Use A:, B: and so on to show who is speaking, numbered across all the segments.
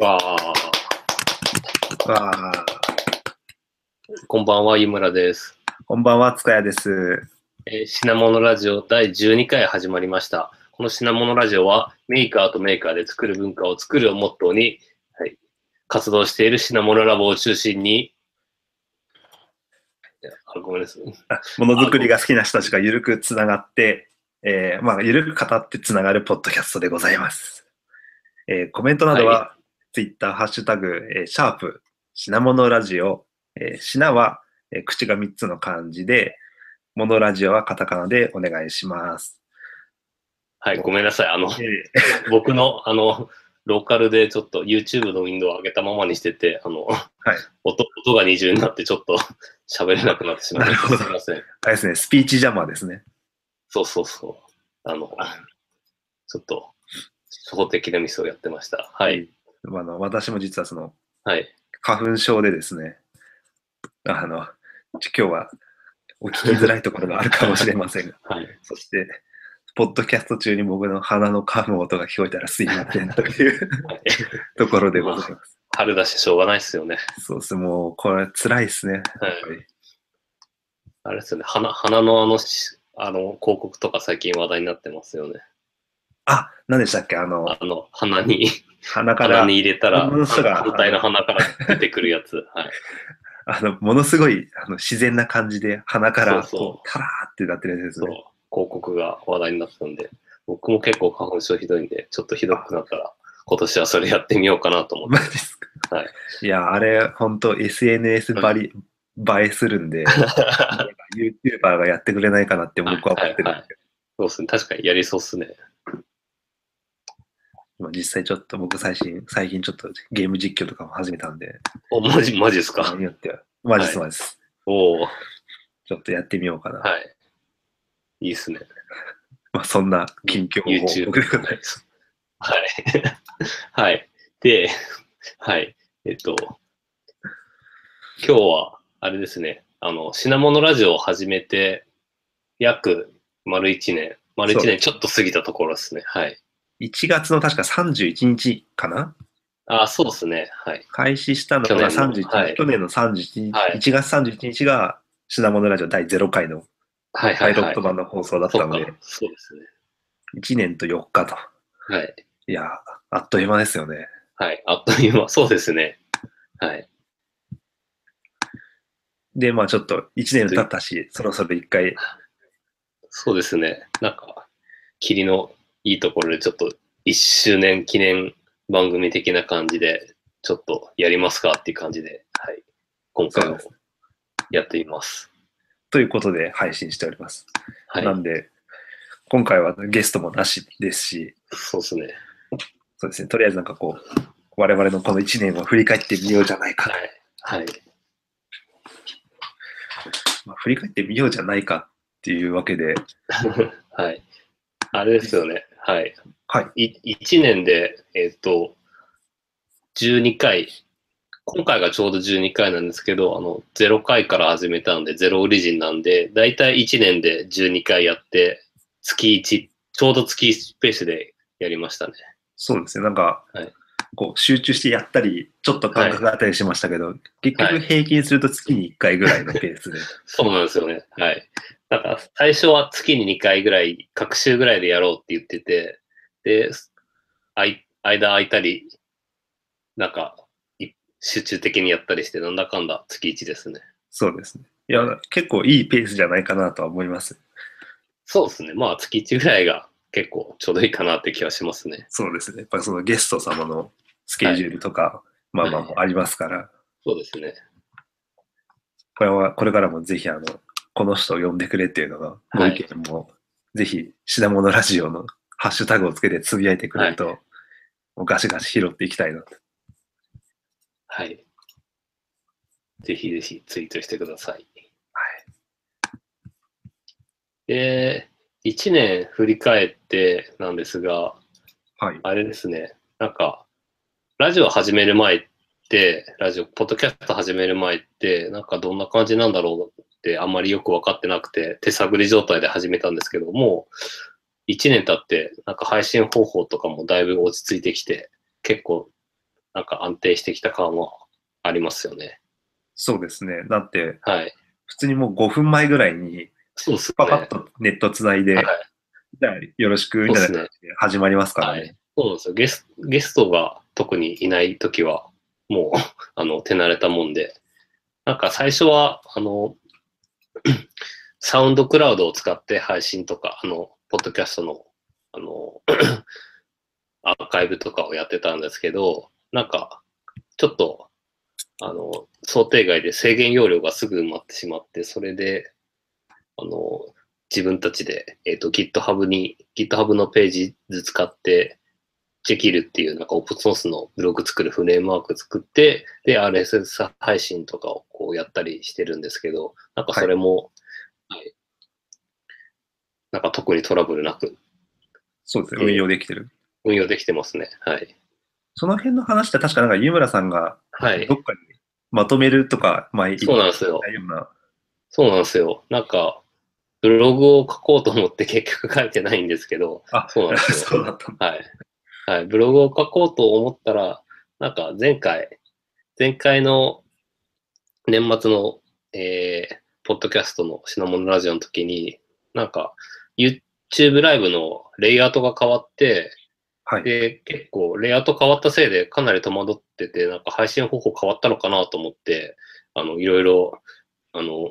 A: わあ、
B: わあ、
A: こんばんは、湯村です。
B: こんばんは、つかやです。
A: えー品物ラジオ第12回始まりました。この品物ラジオは、メーカーとメーカーで作る文化を作るをモットーに、はい、活動している品物ラボを中心に、いやあごめんなさい。
B: ものづくりが好きな人たちがゆるくつながって、えーまあ、ゆるく語ってつながるポッドキャストでございます。えーコメントなどは、ツイッター、ハッシュタグ、えーシャープ、品物ラジオ、えー品は、えー口が3つの漢字で、モノラジオはカタカナでお願いします。
A: はい、ごめんなさい。あ の
B: え、ー
A: 僕の、あの、ローカルでちょっと YouTube のウィンドウを上げたままにしてて、あの、音音が二重になってちょっと喋れなくなってしまいまし
B: なるほ
A: た。
B: ど
A: すいません。
B: あれですね、スピーチジャマーですね。
A: そうそうそう。あの、 ちょっと、初歩的なミスをやってました。はい。
B: あの私も実はその
A: はい。
B: 花粉症でですね、あの、ちょ今日はお聞きづらいところがあるかもしれませんが、
A: はい。
B: そして、ポッドキャスト中に僕の鼻の噛む音が聞こえたらすいませんという ところでございます。
A: 春だし、しょうがないですよね。
B: そうです、もうこれ辛いですね。
A: はい
B: ぱり。
A: あれですよね。花、花のあのし、あの、広告とか最近話題になってますよね。
B: あ、何でしたっけあの、
A: あの、花に、
B: 鼻から
A: 花に、入れたら、
B: 女の人が
A: 反対の鼻から 出てくるやつ。はい。
B: あの、ものすごいあの自然な感じで鼻から
A: そうそう
B: こうタラーってなってるやつです
A: そう、
B: ね。
A: 広告が話題になってたんで、僕も結構花粉症ひどいんで、ちょっとひどくなったら、今年はそれやってみようかなと思って。
B: マジですか、
A: はい、
B: や、あれ、本当 SNS ばり、映えす るんで、YouTuber がやってくれないかなって僕は思ってるんで、
A: はいはいはいそうですね。確かにやりそうっすね。
B: 今実際ちょっと僕最新、最近ちょっとゲーム実況とかも始めたんで、
A: お、マジ、マジですか
B: に。よっては。マジっす
A: は
B: マジっす。
A: おおは
B: ちょっとやってみようかな。
A: い。いいっすね。
B: まあそんな近況を報
A: YouTube
B: 告でございます。
A: はい。 はい。で、はい。えっと、今日は、あれですね、あの、品物ラジオを始めて、約丸1年、丸1
B: そう
A: 年ちょっと過ぎたところですね。はい。
B: 1月の確か31日かな
A: あ、そうですね。はい。
B: 開始したのが
A: 去年
B: 31
A: のはい
B: 日、去年の31日、
A: はい
B: 1月31日が品物ラジオ第0回の
A: はいは
B: パ
A: い
B: イロ
A: は
B: ッ
A: い
B: ト。版の放送だっ
A: そ
B: た
A: う
B: の
A: か
B: で、
A: そうですね。
B: 1年と4日と。
A: はい。
B: いやー、あっという間ですよね。
A: はい。あっという間。そうですね。はい。
B: で、まあちょっと1年経ったし、そろそろ1回、
A: そうですね。なんか、霧のいいところで、ちょっと1周年記念番組的な感じで、ちょっとやりますかっていう感じで、はい。今回
B: そう
A: も
B: です
A: やっています。
B: ということで配信しております。
A: はい
B: な。んで、今回はゲストもなしですし、
A: そうですね。
B: そうですね、とりあえずなんかこう、我々のこの1年を振り返ってみようじゃないか
A: はい。はい。
B: まあ、振り返ってみようじゃないかっていうわけで、
A: はい。あれですよね。はい。。
B: はい
A: 1年で、えっ、と、12回。今回がちょうど12回なんですけど、あの、0回から始めたんで、ゼロオリジンなんで、だいたい1年で12回やって、月1、ちょうど月1ペースでやりましたね。
B: そうですね、なんか、
A: はい
B: こう集中してやったり、ちょっと感覚があったりしましたけど、結局平均すると月に1回ぐらいのペ ースで、
A: そうなんですよね。はい。だから、最初は月に2回ぐらい、各週ぐらいでやろうって言ってて、で、あい間空いたり、なんか、い集中的にやったりして、なんだかんだ月1ですね。
B: そうですね。いや、結構いいペースじゃないかなとは思います。
A: そうですね。まあ、月1ぐらいが結構ちょうどいいかなって気はしますね。
B: そうですね。やっぱりそのゲスト様のスケジュールとか、まあまあ
A: はい
B: もありますから、
A: そうですね。
B: これは、これからもぜひ、あの、この人を呼んでくれっていうのが、ご
A: はい
B: 意見も、ぜひ、品物ラジオのハッシュタグをつけてつぶやいてくれると、もうガシガシ拾っていきたいなと。
A: はい。ぜひぜひツイートしてください。で、1年振り返ってなんですが、
B: はい。
A: あれですね、なんか、ラジオ始める前って、ラジオ、ポッドキャスト始める前って、なんかどんな感じなんだろうってあんまりよく分かってなくて、手探り状態で始めたんですけど、もう1年経って、なんか配信方法とかもだいぶ落ち着いてきて、結構なんか安定してきた感はありますよね。
B: そうですね。だって、
A: はい。
B: 普通にもう5分前ぐらいに、
A: そうですね。
B: パパッとネットつないで、
A: はい
B: じゃあよろしくみたいな感じで始まりますから
A: は
B: ね。
A: い。そうなんですよ。ゲスゲストが特にいないときは、もう、 あの、手慣れたもんで、なんか最初は、あの、サウンドクラウドを使って配信とか、あの、ポッドキャストの、あの、 アーカイブとかをやってたんですけど、なんか、ちょっと、あの、想定外で制限容量がすぐ埋まってしまって、それで、あの、自分たちで、えっ、と、GitHub に、GitHub のページずつ買って、チェキルっていうなんかオープンソースのブログ作るフレームワーク作って、で、RSS 配信とかをこうやったりしてるんですけど、なんかそれも、はい、なんか特にトラブルなく
B: そうですね。
A: ええ
B: 運用できてる。
A: 運用できてますね。はい。
B: その辺の話って確かなんか湯村さんが
A: はい
B: ど。っかにまとめるとか、まあ、
A: そうなんですよ。
B: 大丈夫な。
A: そうなんですよ。なんか、ブログを書こうと思って結局書いてないんですけど、
B: あ
A: そうなんですよ。
B: そうだったんだ。
A: はい。はい。ブログを書こうと思ったら、なんか前回、前回の年末の、えー、ポッドキャストの品物ラジオの時に、なんか YouTube ライブのレイアウトが変わって、
B: はい。
A: で、結構レイアウト変わったせいでかなり戸惑ってて、なんか配信方法変わったのかなと思って、あの、いろいろ、あの、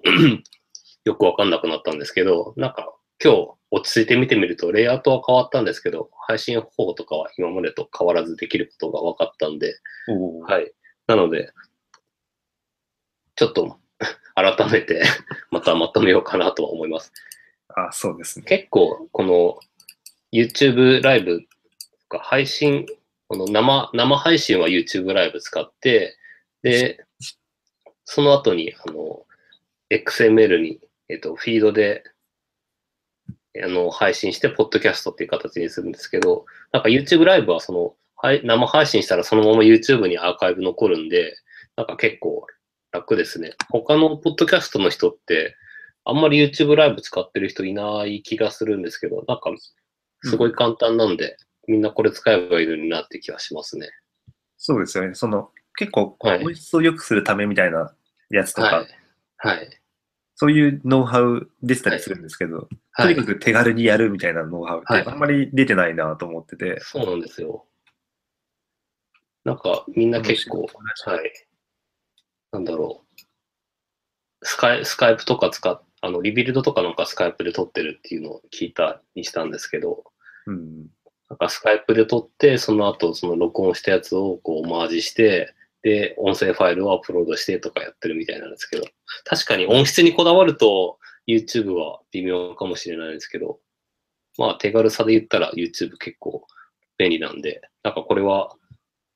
A: よくわかんなくなったんですけど、なんか今日落ち着いて見てみると、レイアウトは変わったんですけど、配信方法とかは今までと変わらずできることが分かったんで、
B: おー
A: はい。なので、ちょっと 改めて またまとめようかなとは思います。
B: あ、そうですね。
A: 結構、この YouTube ライブとか配信、この生、生配信は YouTube ライブ使って、で、その後に、あの、XML に、えっと、フィードで、あの、配信して、ポッドキャストっていう形にするんですけど、なんか YouTube ライブはその、はい、生配信したらそのまま YouTube にアーカイブ残るんで、なんか結構楽ですね。他のポッドキャストの人って、あんまり YouTube ライブ使ってる人いない気がするんですけど、なんかすごい簡単なんで、みんなこれ使えばいいのになって気はしますね。
B: そうですよね。その、結構、こう
A: はい
B: 音質を良くするためみたいなやつとか、
A: はい。はい。
B: そういうノウハウ出てたりするんですけど、
A: はい
B: とにかく手軽にやるみたいなノウハウ
A: は
B: っ
A: い
B: てあんまり出てないなと思ってて、
A: そうなんですよ。なんか、みんな結構、はい。なんだろう。スカイスカイプとか使っ、あの、リビルドとかなんかスカイプで撮ってるっていうのを聞いたりしたんですけど、
B: うん。
A: なんかスカイプで撮って、その後、その録音したやつをこう、オマージして、で、音声ファイルをアップロードしてとかやってるみたいなんですけど、確かに音質にこだわると、YouTube は微妙かもしれないですけど、まあ、手軽さで言ったら YouTube 結構便利なんで、なんかこれは、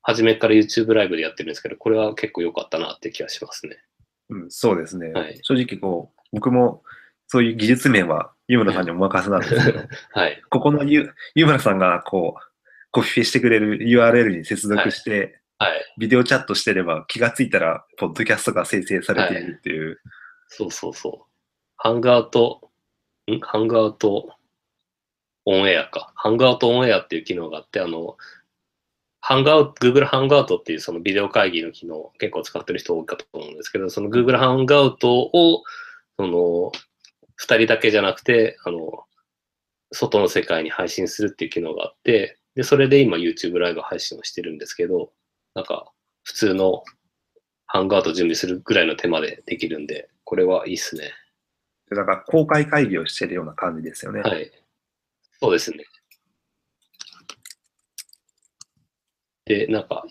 A: 初めから YouTube ライブでやってるんですけど、これは結構良かったなって気がしますね。
B: うん、そうですね。
A: はい
B: 正直こう、僕もそういう技術面は湯村さんにお任せなんです けど、
A: はい。
B: ここの湯湯村さんがこう、コピペしてくれる URL に接続して、
A: はい。
B: ビデオチャットしてれば気がついたら、ポッドキャストが生成されているっていう、
A: そうそうそう。ハングアウト、んハングアウトオンエアか。ハングアウトオンエアっていう機能があって、あの、ハングアウト、Google ハングアウトっていうそのビデオ会議の機能結構使ってる人多いかと思うんですけど、その Google ハングアウトを、その、二人だけじゃなくて、あの、外の世界に配信するっていう機能があって、で、それで今 YouTube ライブ配信をしてるんですけど、なんか、普通のハングアウト準備するぐらいの手間でできるんで、これはいいっすね。
B: なんか公開会議をしてるような感じですよね。
A: はい。そうですね。で、なんか、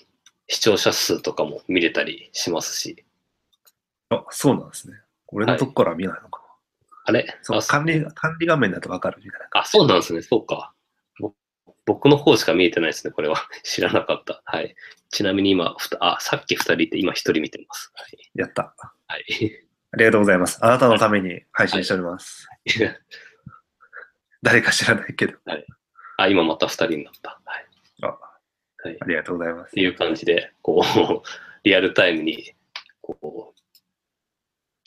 A: 視聴者数とかも見れたりしますし。
B: あそうなんですね。俺のとこから見ないのか。
A: あれ
B: そう
A: あ
B: 管理管理画面だとわかるみたいな。
A: あ、そうなんですね。そうか。ぼ僕の方しか見えてないですね。これは。 知らなかった。はい。ちなみに今、ふたあ、さっき二人いて、今一人見てます。はい。
B: やった。あ
A: はい、
B: りがとうございます。あなたのために配信しております。誰か知らないけど。
A: あ、今また二人になった。はい。
B: あ
A: はい
B: ありがとうございま
A: っ。
B: す
A: ていう感じで、こう、リアルタイムに、こう、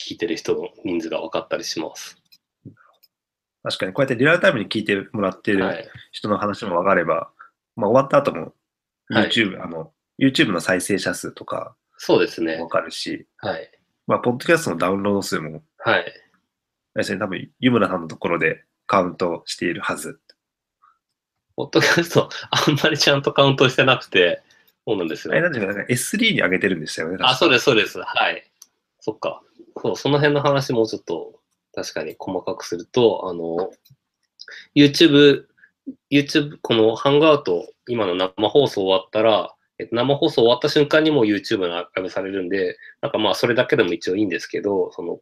A: 聞いてる人の人数が分かったりします。
B: 確かに、こうやってリアルタイムに聞いてもらって
A: は
B: る
A: い。
B: 人の話も分かれば、まあ、終わった後も
A: はい
B: YouTube、あの、YouTube の再生者数とか
A: そうですね
B: 分。かるし、
A: はい。
B: まあ、ポッドキャストのダウンロード数も、
A: はい。
B: ですね、多分、湯村さんのところでカウントしているはず。
A: ポッドキャスト、あんまりちゃんとカウントしてなくて、そうなんです
B: あ
A: よ
B: れ。なんていうか、なんか S3 に上げてるんでしたよね。
A: あ、そう
B: で
A: です、そうです。はい。そっか。そう、その辺の話もうちょっと、確かに細かくすると、あの、YouTube、YouTube、このハングアウト、今の生放送終わったら、えっと生放送終わった瞬間にもう YouTube のアーカイブされるんで、なんかまあそれだけでも一応いいんですけど、その、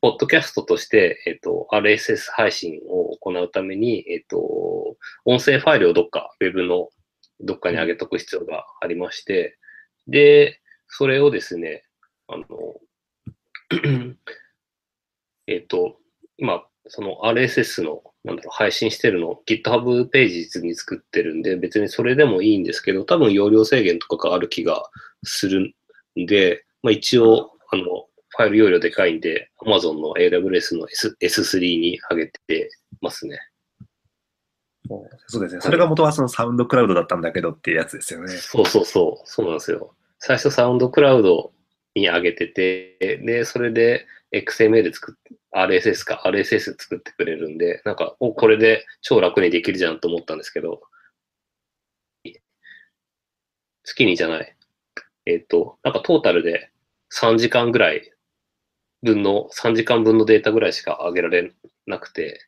A: ポッドキャストとして、えっと、RSS 配信を行うために、えっと、音声ファイルをどっか、ウェブのどっかに上げとく必要がありまして、で、それをですね、あの、 えっと、今、その RSS の、なんだろう、配信してるのを GitHub ページに作ってるんで、別にそれでもいいんですけど、多分容量制限とかがある気がするんで、まあ、一応、あの、ファイル容量でかいんで、Amazon の AWS の S S3 に上げてますね。
B: そうですね。それが元はそのサウンドクラウドだったんだけどっていうやつですよね。
A: そうそうそう、そうなんですよ。最初サウンドクラウドに上げてて、で、それで XML 作っ RSS か RSS 作ってくれるんで、なんか、お、これで超楽にできるじゃんと思ったんですけど、月にじゃない。えっ、と、なんかトータルで3時間ぐらい分の、3時間分のデータぐらいしか上げられなくて、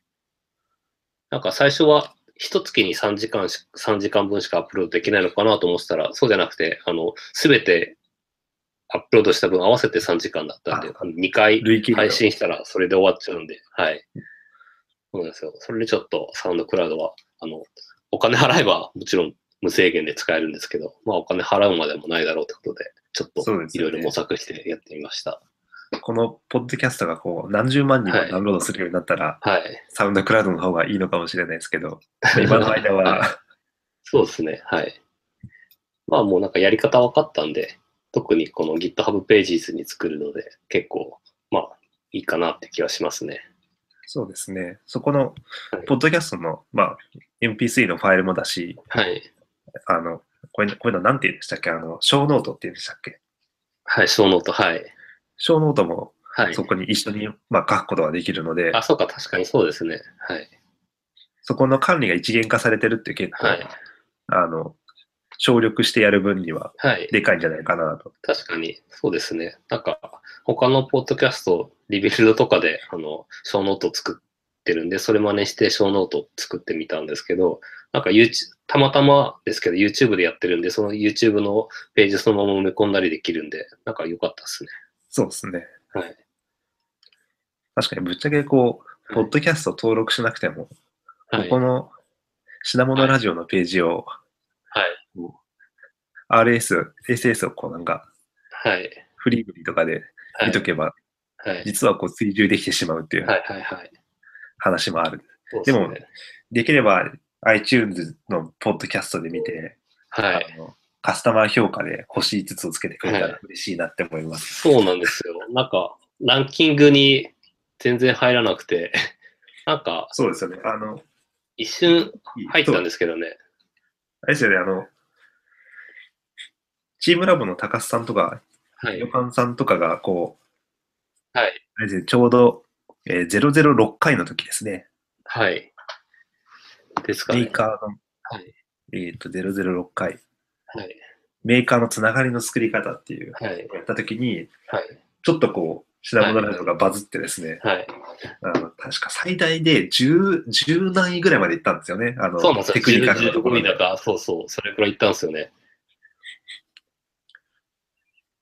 A: なんか最初は一月に3時間し、3時間分しかアップロードできないのかなと思ってたら、そうじゃなくて、あの、すべてアップロードした分合わせて3時間だったんで、2回
B: 累計量
A: 配信したらそれで終わっちゃうんで、はい。そうなんですよ。それでちょっとサウンドクラウドは、あの、お金払えばもちろん無制限で使えるんですけど、まあお金払うまでもないだろうってことで、ちょっと
B: そうです
A: い
B: よ
A: ろ
B: ね
A: いろ模索してやってみました。
B: このポッドキャストがこう、何十万人も
A: はい
B: ダウンロードするようになったら、
A: はい。
B: サウンドクラウドの方がいいのかもしれないですけど、 今の間
A: い
B: は、
A: そうですね。はい。まあもうなんかやり方分かったんで、特にこの GitHub ページズに作るので、結構、まあいいかなって気はしますね。
B: そうですね。そこの
A: はい、
B: ポッドキャストの、まあ、MP3 のファイルもだし、
A: はい。
B: あの、これ、こういうのなんて言うんでしたっけあの、小ノートって言うんでしたっけ
A: はい、小ノート、はい。
B: 小ノートも
A: はい
B: そ。こに一緒に、まあ、書くことができるので、
A: あ、そうか、確かにそうですね。はい。
B: そこの管理が一元化されてるって結構、
A: はい。
B: あの、省力してやる分には
A: はい。
B: でかいんじゃないかなと。
A: 確かに、そうですね。なんか、他のポッドキャスト、リビルドとかで、あの、小ノート作ってるんで、それ真似して小ノート作ってみたんですけど、なんか、YouTube、たまたまですけど、YouTube でやってるんで、その YouTube のページそのまま埋め込んだりできるんで、なんか良かったですね。
B: そうですね。
A: はい。
B: 確かにぶっちゃけこう、ポッドキャスト登録しなくても、
A: は
B: こ
A: い。
B: の品物ラジオのページを、
A: はい
B: RS、SS をこうなんか
A: はい。
B: フリーリーとかで
A: はい
B: 見と。けば、
A: はい。
B: 実はこう追従できてしまうっていう
A: はい。はい。はい。
B: 話もある。
A: そう
B: です
A: ね
B: もできれば iTunes のポッドキャストで見て、
A: はい。
B: あのカスタマー評価で星5つをつけてくれた
A: は
B: ら嬉しいなって思います。
A: そうなんですよ。なんか、ランキングに全然入らなくて、 なんか、
B: そうですよね。あの、
A: 一瞬入ったん
B: そう
A: ですけどね。
B: あれですよね、あの、チームラボの高須さんとか、
A: はい
B: ヨ。ハンさんとかが、こう、
A: はい。
B: あれですね、ちょうど、えー、006回の時ですね。
A: はい。ですか
B: メ
A: ね
B: ー。カーの、
A: はい。
B: えっ、と、006回。
A: はい。
B: メーカーのつながりの作り方っていう、
A: はい。
B: やった時に、
A: はい。
B: ちょっとこう、品物ラジオがバズってですね、
A: はい。
B: あの確か最大で 10, 10何位ぐらいまで行ったんですよね。あの
A: そうなんですよ。
B: テクニカル
A: 10
B: なところ
A: 15
B: で
A: だ。か、そうそう。それくらい行ったんですよね。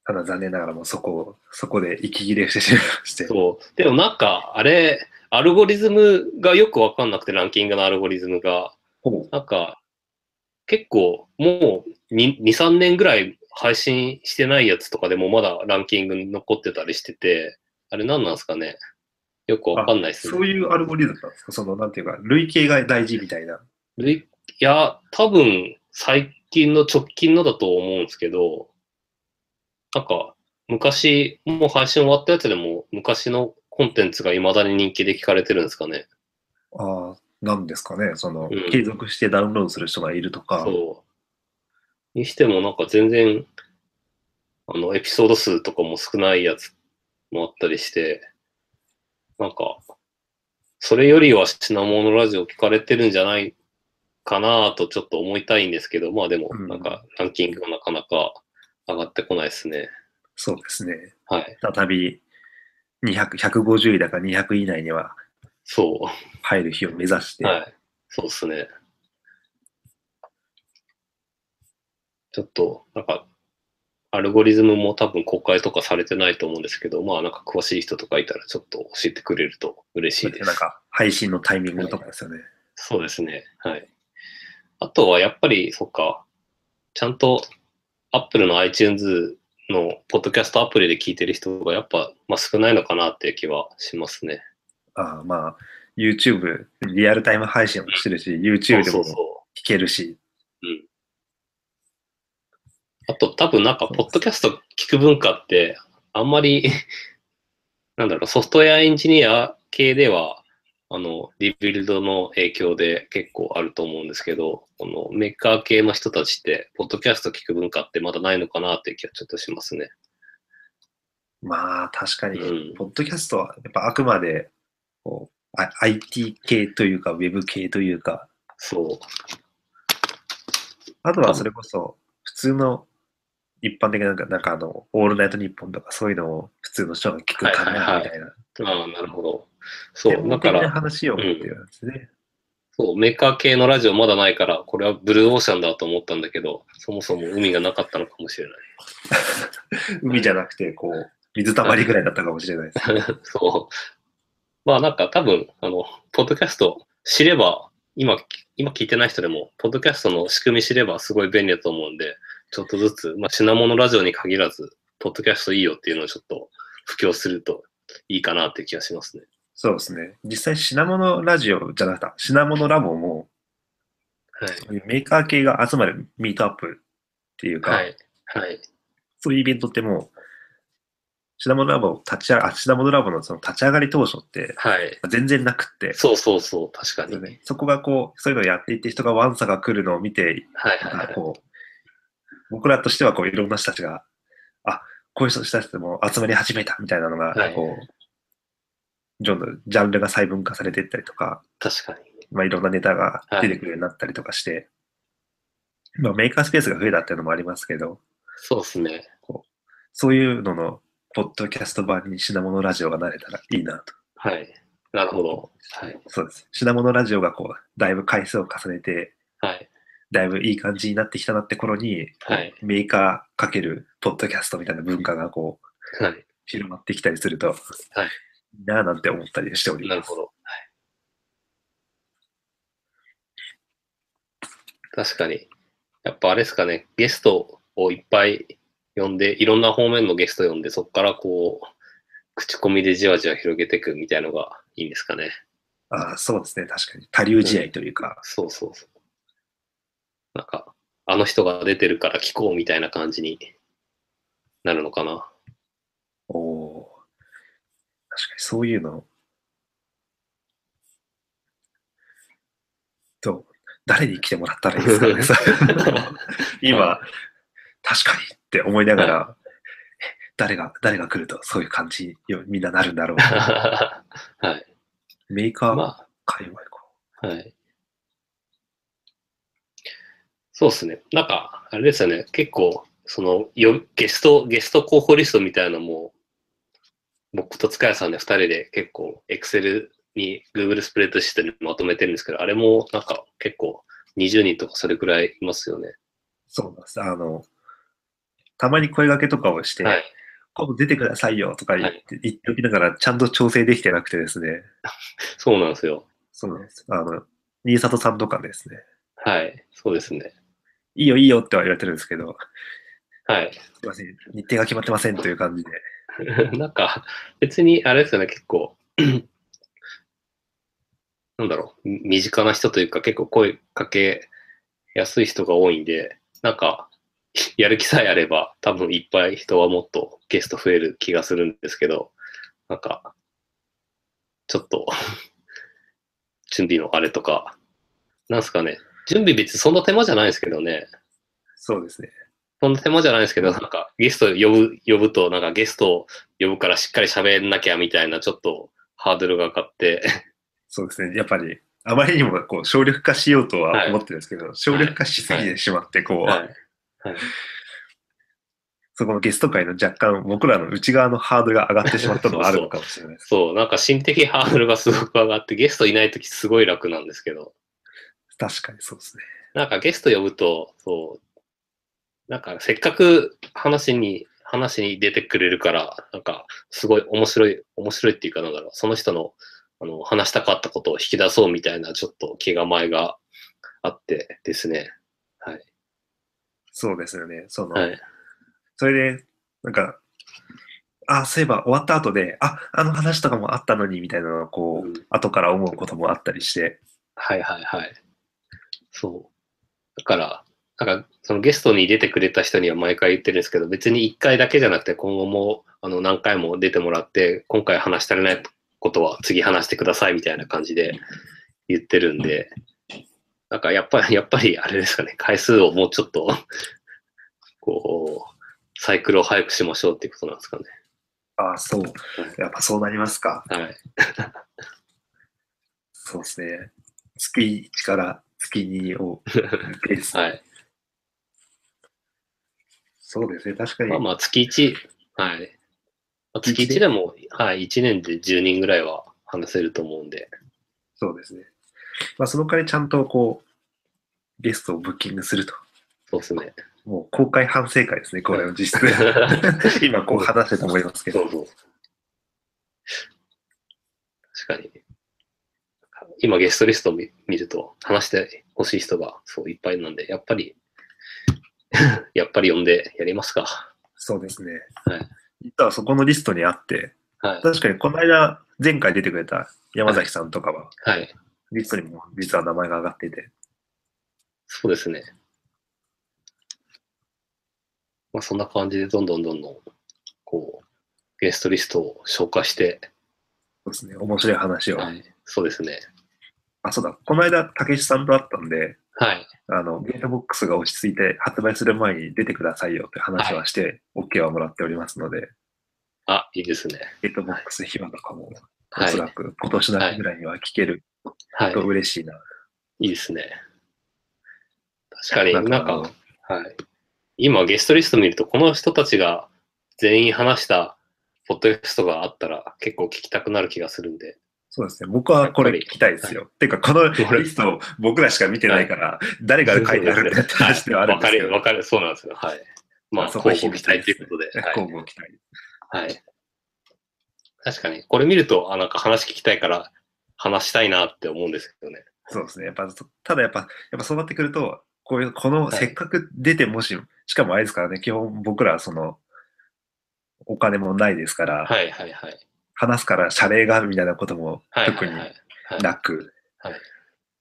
B: ただ残念ながらもうそこを、そこで息切れしてしまいまして。
A: そう。でもなんか、あれ、アルゴリズムがよくわかんなくて、ランキングのアルゴリズムが。
B: ほぼ
A: なんか、結構、もう2、2 3年ぐらい配信してないやつとかでもまだランキングに残ってたりしてて、あれ何なんですかねよくわかんないですね
B: そういうアルゴリズムなんですかその、なんていうか、累計が大事みたいな。
A: いや、多分、最近の直近のだと思うんですけど、なんか、昔、もう配信終わったやつでも、昔のコンテンツが未だに人気で聞かれてるんですかね。
B: ああ、なんですかね。その
A: うん、
B: 継続してダウンロードする人がいるとか。
A: そう。にしても、なんか全然、あの、エピソード数とかも少ないやつもあったりして、なんか、それよりは品物ラジオ聞かれてるんじゃないかなとちょっと思いたいんですけど、まあでも、
B: うん
A: なんか、ランキングがなかなか上がってこないですね。
B: そうですね。
A: はい。
B: 再び、200、150位だか200位以内には
A: そ
B: 入る日を目指して。
A: う。はい。そうですね。ちょっと、なんか、アルゴリズムも多分公開とかされてないと思うんですけど、まあなんか詳しい人とかいたらちょっと教えてくれると嬉しいです
B: なん。か、配信のタイミングとかですよね。
A: そうですね。はい。あとはやっぱり、そっか、ちゃんと Apple の iTunes のポッドキャストアプリで聞いてる人がやっぱ、まあ、少ないのかなっていう気はしますね。
B: ああまあ、YouTube、リアルタイム配信もしてるし、YouTube で
A: そ
B: も
A: うそうそ
B: 聞
A: う。
B: けるし。
A: あと、多分なんか、ポッドキャスト聞く文化って、あんまり、 なんだろう、ソフトウェアエンジニア系では、あの、リビルドの影響で結構あると思うんですけど、このメーカー系の人たちって、ポッドキャスト聞く文化ってまだないのかなっていう気はちょっとしますね。
B: まあ、確かに、
A: うん
B: ポッドキャストは、やっぱあくまで、こう、あ IT 系というか、Web 系というか、
A: そう。
B: あとはそれこそ、普通の、一般的ななんか、なんかあの、オールナイトニッポンとか、そういうのを普通の人が聞くか
A: はいはい
B: な、
A: はい
B: みたいな。
A: ああ、なるほど。そう、だ
B: だ
A: か
B: から。
A: ら、
B: 話をっていうんですね。
A: そう、メーカー系のラジオまだないから、これはブルーオーシャンだと思ったんだけど、そもそも海がなかったのかもしれない。
B: 海じゃなくて、こう、水たまりぐらいだったかもしれないです。
A: そう。まあなんか多分、あの、ポッドキャスト知れば、今、今聞いてない人でも、ポッドキャストの仕組み知ればすごい便利だと思うんで、ちょっとずつ、まあ品物ラジオに限らず、ポッドキャストいいよっていうのをちょっと布教するといいかなっていう気がしますね。
B: そうですね。実際、品物ラジオじゃなくて、品物ラボも、
A: はい。
B: そういうメーカー系が集まるミートアップっていうか、
A: はい。はい。
B: そういうイベントってもう、品物ラボ立ち上が、あ品物ラボのその立ち上がり当初って、
A: はい。
B: 全然なくって、
A: そうそうそう。確かに。はい
B: そこがこう、そういうのをやっていって人がワンサが来るのを見て、
A: はいはい。
B: こう、僕らとしてはこういろんな人たちが、あ、こういう人たちでも集まり始めたみたいなのが、
A: はい
B: こう、どんどんジャンルが細分化されていったりとか、
A: 確かに。
B: まあ、いろんなネタが出てくるようになったりとかして、まあ、メーカースペースが増えたっていうのもありますけど、
A: そうですね。
B: そういうのの、ポッドキャスト版に品物ラジオがなれたらいいなと。
A: はい。なるほど。はい。
B: そうです。品物ラジオがこう、だいぶ回数を重ねて、
A: はい。
B: だいぶいい感じになってきたなって頃に、
A: はい
B: メーカーかけるポッドキャストみたいな文化がこう
A: はい。
B: 広まってきたりすると、
A: はい
B: いいなあなんて思ったりしており
A: なる
B: ます
A: ほ。ど。はい、確かに。やっぱあれですかね、ゲストをいっぱい呼んで、いろんな方面のゲスト呼んで、そこからこう、口コミでじわじわ広げていくみたいのがいいんですかね。
B: ああそうですね、確かに。多流試合というか、
A: そうそうそう。なんか、あの人が出てるから聞こうみたいな感じになるのかな。
B: おー確かにそういうの、どう誰に来てもらったらいいですか ねその、今、確かにって思いながら、え誰が、誰が来るとそういう感じよ、みんななるんだろう。
A: はい。
B: メーカー、
A: ま
B: 界隈か。
A: あ、はい。そうですね。なんか、あれですよね。結構、そのよ、ゲスト、ゲスト候補リストみたいなのも、僕と塚谷さんで2人で結構、Excel に Google スプレッドシートにまとめてるんですけど、あれもなんか結構20人とかそれくらいいますよね。
B: そうなんです。あの、たまに声掛けとかをして、
A: はい。
B: 今度出てくださいよとか言って、言っておきながら、ちゃんと調整できてなくてですね。
A: そうなんですよ。
B: そうなんです。あの、新里さんとかですね。
A: はい。そうですね。
B: いいよいいよっては言われてるんですけど、
A: はい。
B: すいません、日程が決まってませんという感じで。
A: なんか、別に、あれですよね、結構、 なんだろう、み身近な人というか、結構声かけやすい人が多いんで、なんか、やる気さえあれば、多分いっぱい人はもっとゲスト増える気がするんですけど、なんか、ちょっと 準備のあれとか、なんすかね、準備別にそんな手間じゃないですけどね、
B: そうですね。
A: そんな手間じゃないですけど、なんかゲスト呼ぶ、呼ぶと、なんかゲストを呼ぶからしっかり喋んなきゃみたいな、ちょっとハードルが上がって、
B: そうですね。やっぱり、あまりにもこう省力化しようとは思ってるんですけど、省力化しすぎてしまって、こう、
A: はい。
B: そこのゲスト界の若干僕らの内側のハードルが上がってしまったのはあるのかもしれないです。
A: そう、なんか心理的ハードルがすごく上がって、ゲストいないときすごい楽なんですけど、
B: 確かにそうですね。
A: なんかゲスト呼ぶと、そう、なんかせっかく話に、話に出てくれるから、なんかすごい面白い、面白いっていうかなんだろう、その人の、あの、話したかったことを引き出そうみたいな、ちょっと気構えがあってですね。
B: そうですよね。その、
A: はい。
B: それで、なんか、あ、そういえば終わった後で、あ、あの話とかもあったのに、みたいなのをこう、
A: うん
B: 後から思うこともあったりして、
A: はいはいはい。そう。だから、なんか、そのゲストに出てくれた人には毎回言ってるんですけど、別に一回だけじゃなくて、今後も、あの、何回も出てもらって、今回話し足りないことは次話してくださいみたいな感じで言ってるんで、なんか、やっぱり、やっぱり、あれですかね、回数をもうちょっと、こう、サイクルを早くしましょうっていうことなんですかね。
B: ああ、そう。やっぱそうなりますか。
A: はい。
B: そうですね。月1から月2を、 です
A: はい。
B: そうですね。確かに。
A: まあまあ、月1、はい。まあ月
B: 一
A: 1
B: 年
A: でも、はい、1年で10人ぐらいは話せると思うんで。
B: そうですね。まあ、その代わりちゃんとこう、ゲストをブッキングすると。
A: そうですね。
B: もう公開反省会ですね、これを実質。 今こう話してて思いますけ
A: そ
B: ど。
A: うそう。確かに。今ゲストリストを見見ると、話してほしい人がそういっぱいなんで、やっぱり、 やっぱり呼んでやりますか。
B: そうですね。
A: はい
B: 実はそこのリストにあって、
A: はい。
B: 確かにこの間、前回出てくれた山崎さんとかは、
A: はい。
B: リストにも実は名前が上がってて、
A: そうですね。まあ、そんな感じで、どんどんどんどん、こう、ゲストリストを消化して、
B: そうですね、面白い話を。
A: はい、そうですね。
B: あ、そうだ、この間、たけしさんと会ったんで、
A: はい。
B: あの、ゲートボックスが落ち着いて発売する前に出てくださいよって話はして、OK はもらっておりますので、
A: あ、いいですね。
B: ゲートボックス暇とかも、お
A: はい
B: そ。らく今年の秋ぐらいには聞ける
A: はい
B: と。嬉しいな。
A: いいですね。確かになん
B: あの
A: か、はい、今ゲストリスト見ると、この人たちが全員話したポッドキャストがあったら結構聞きたくなる気がするんで、
B: そうですね。僕はこれ
A: やっぱ
B: 聞
A: り
B: きたいですよ。てか、この
A: これ
B: リストを僕らしか見てないから、誰が書いてあるんだって話ではあるん
A: わ
B: で
A: か
B: すけ
A: る、
B: ど。
A: わかる、そうなんですよ。はい。まあ、
B: そ
A: 交互
B: こ秘
A: 期
B: 密
A: 待ということで。は
B: 交
A: い
B: 互期待。
A: はい。確かに、これ見ると、あ、なんか話聞きたいから話したいなって思うんですけどね。
B: そうですね。やっぱ、ただやっぱ、やっぱそうなってくると、こういう、この、
A: はい
B: せっかく出てもし、しかもあれですからね、基本僕らはその、お金もないですから、
A: はいはいはい。
B: 話すから謝礼がみたいなことも
A: はいは
B: 特
A: い
B: に
A: はい。はい
B: なく、
A: はいはい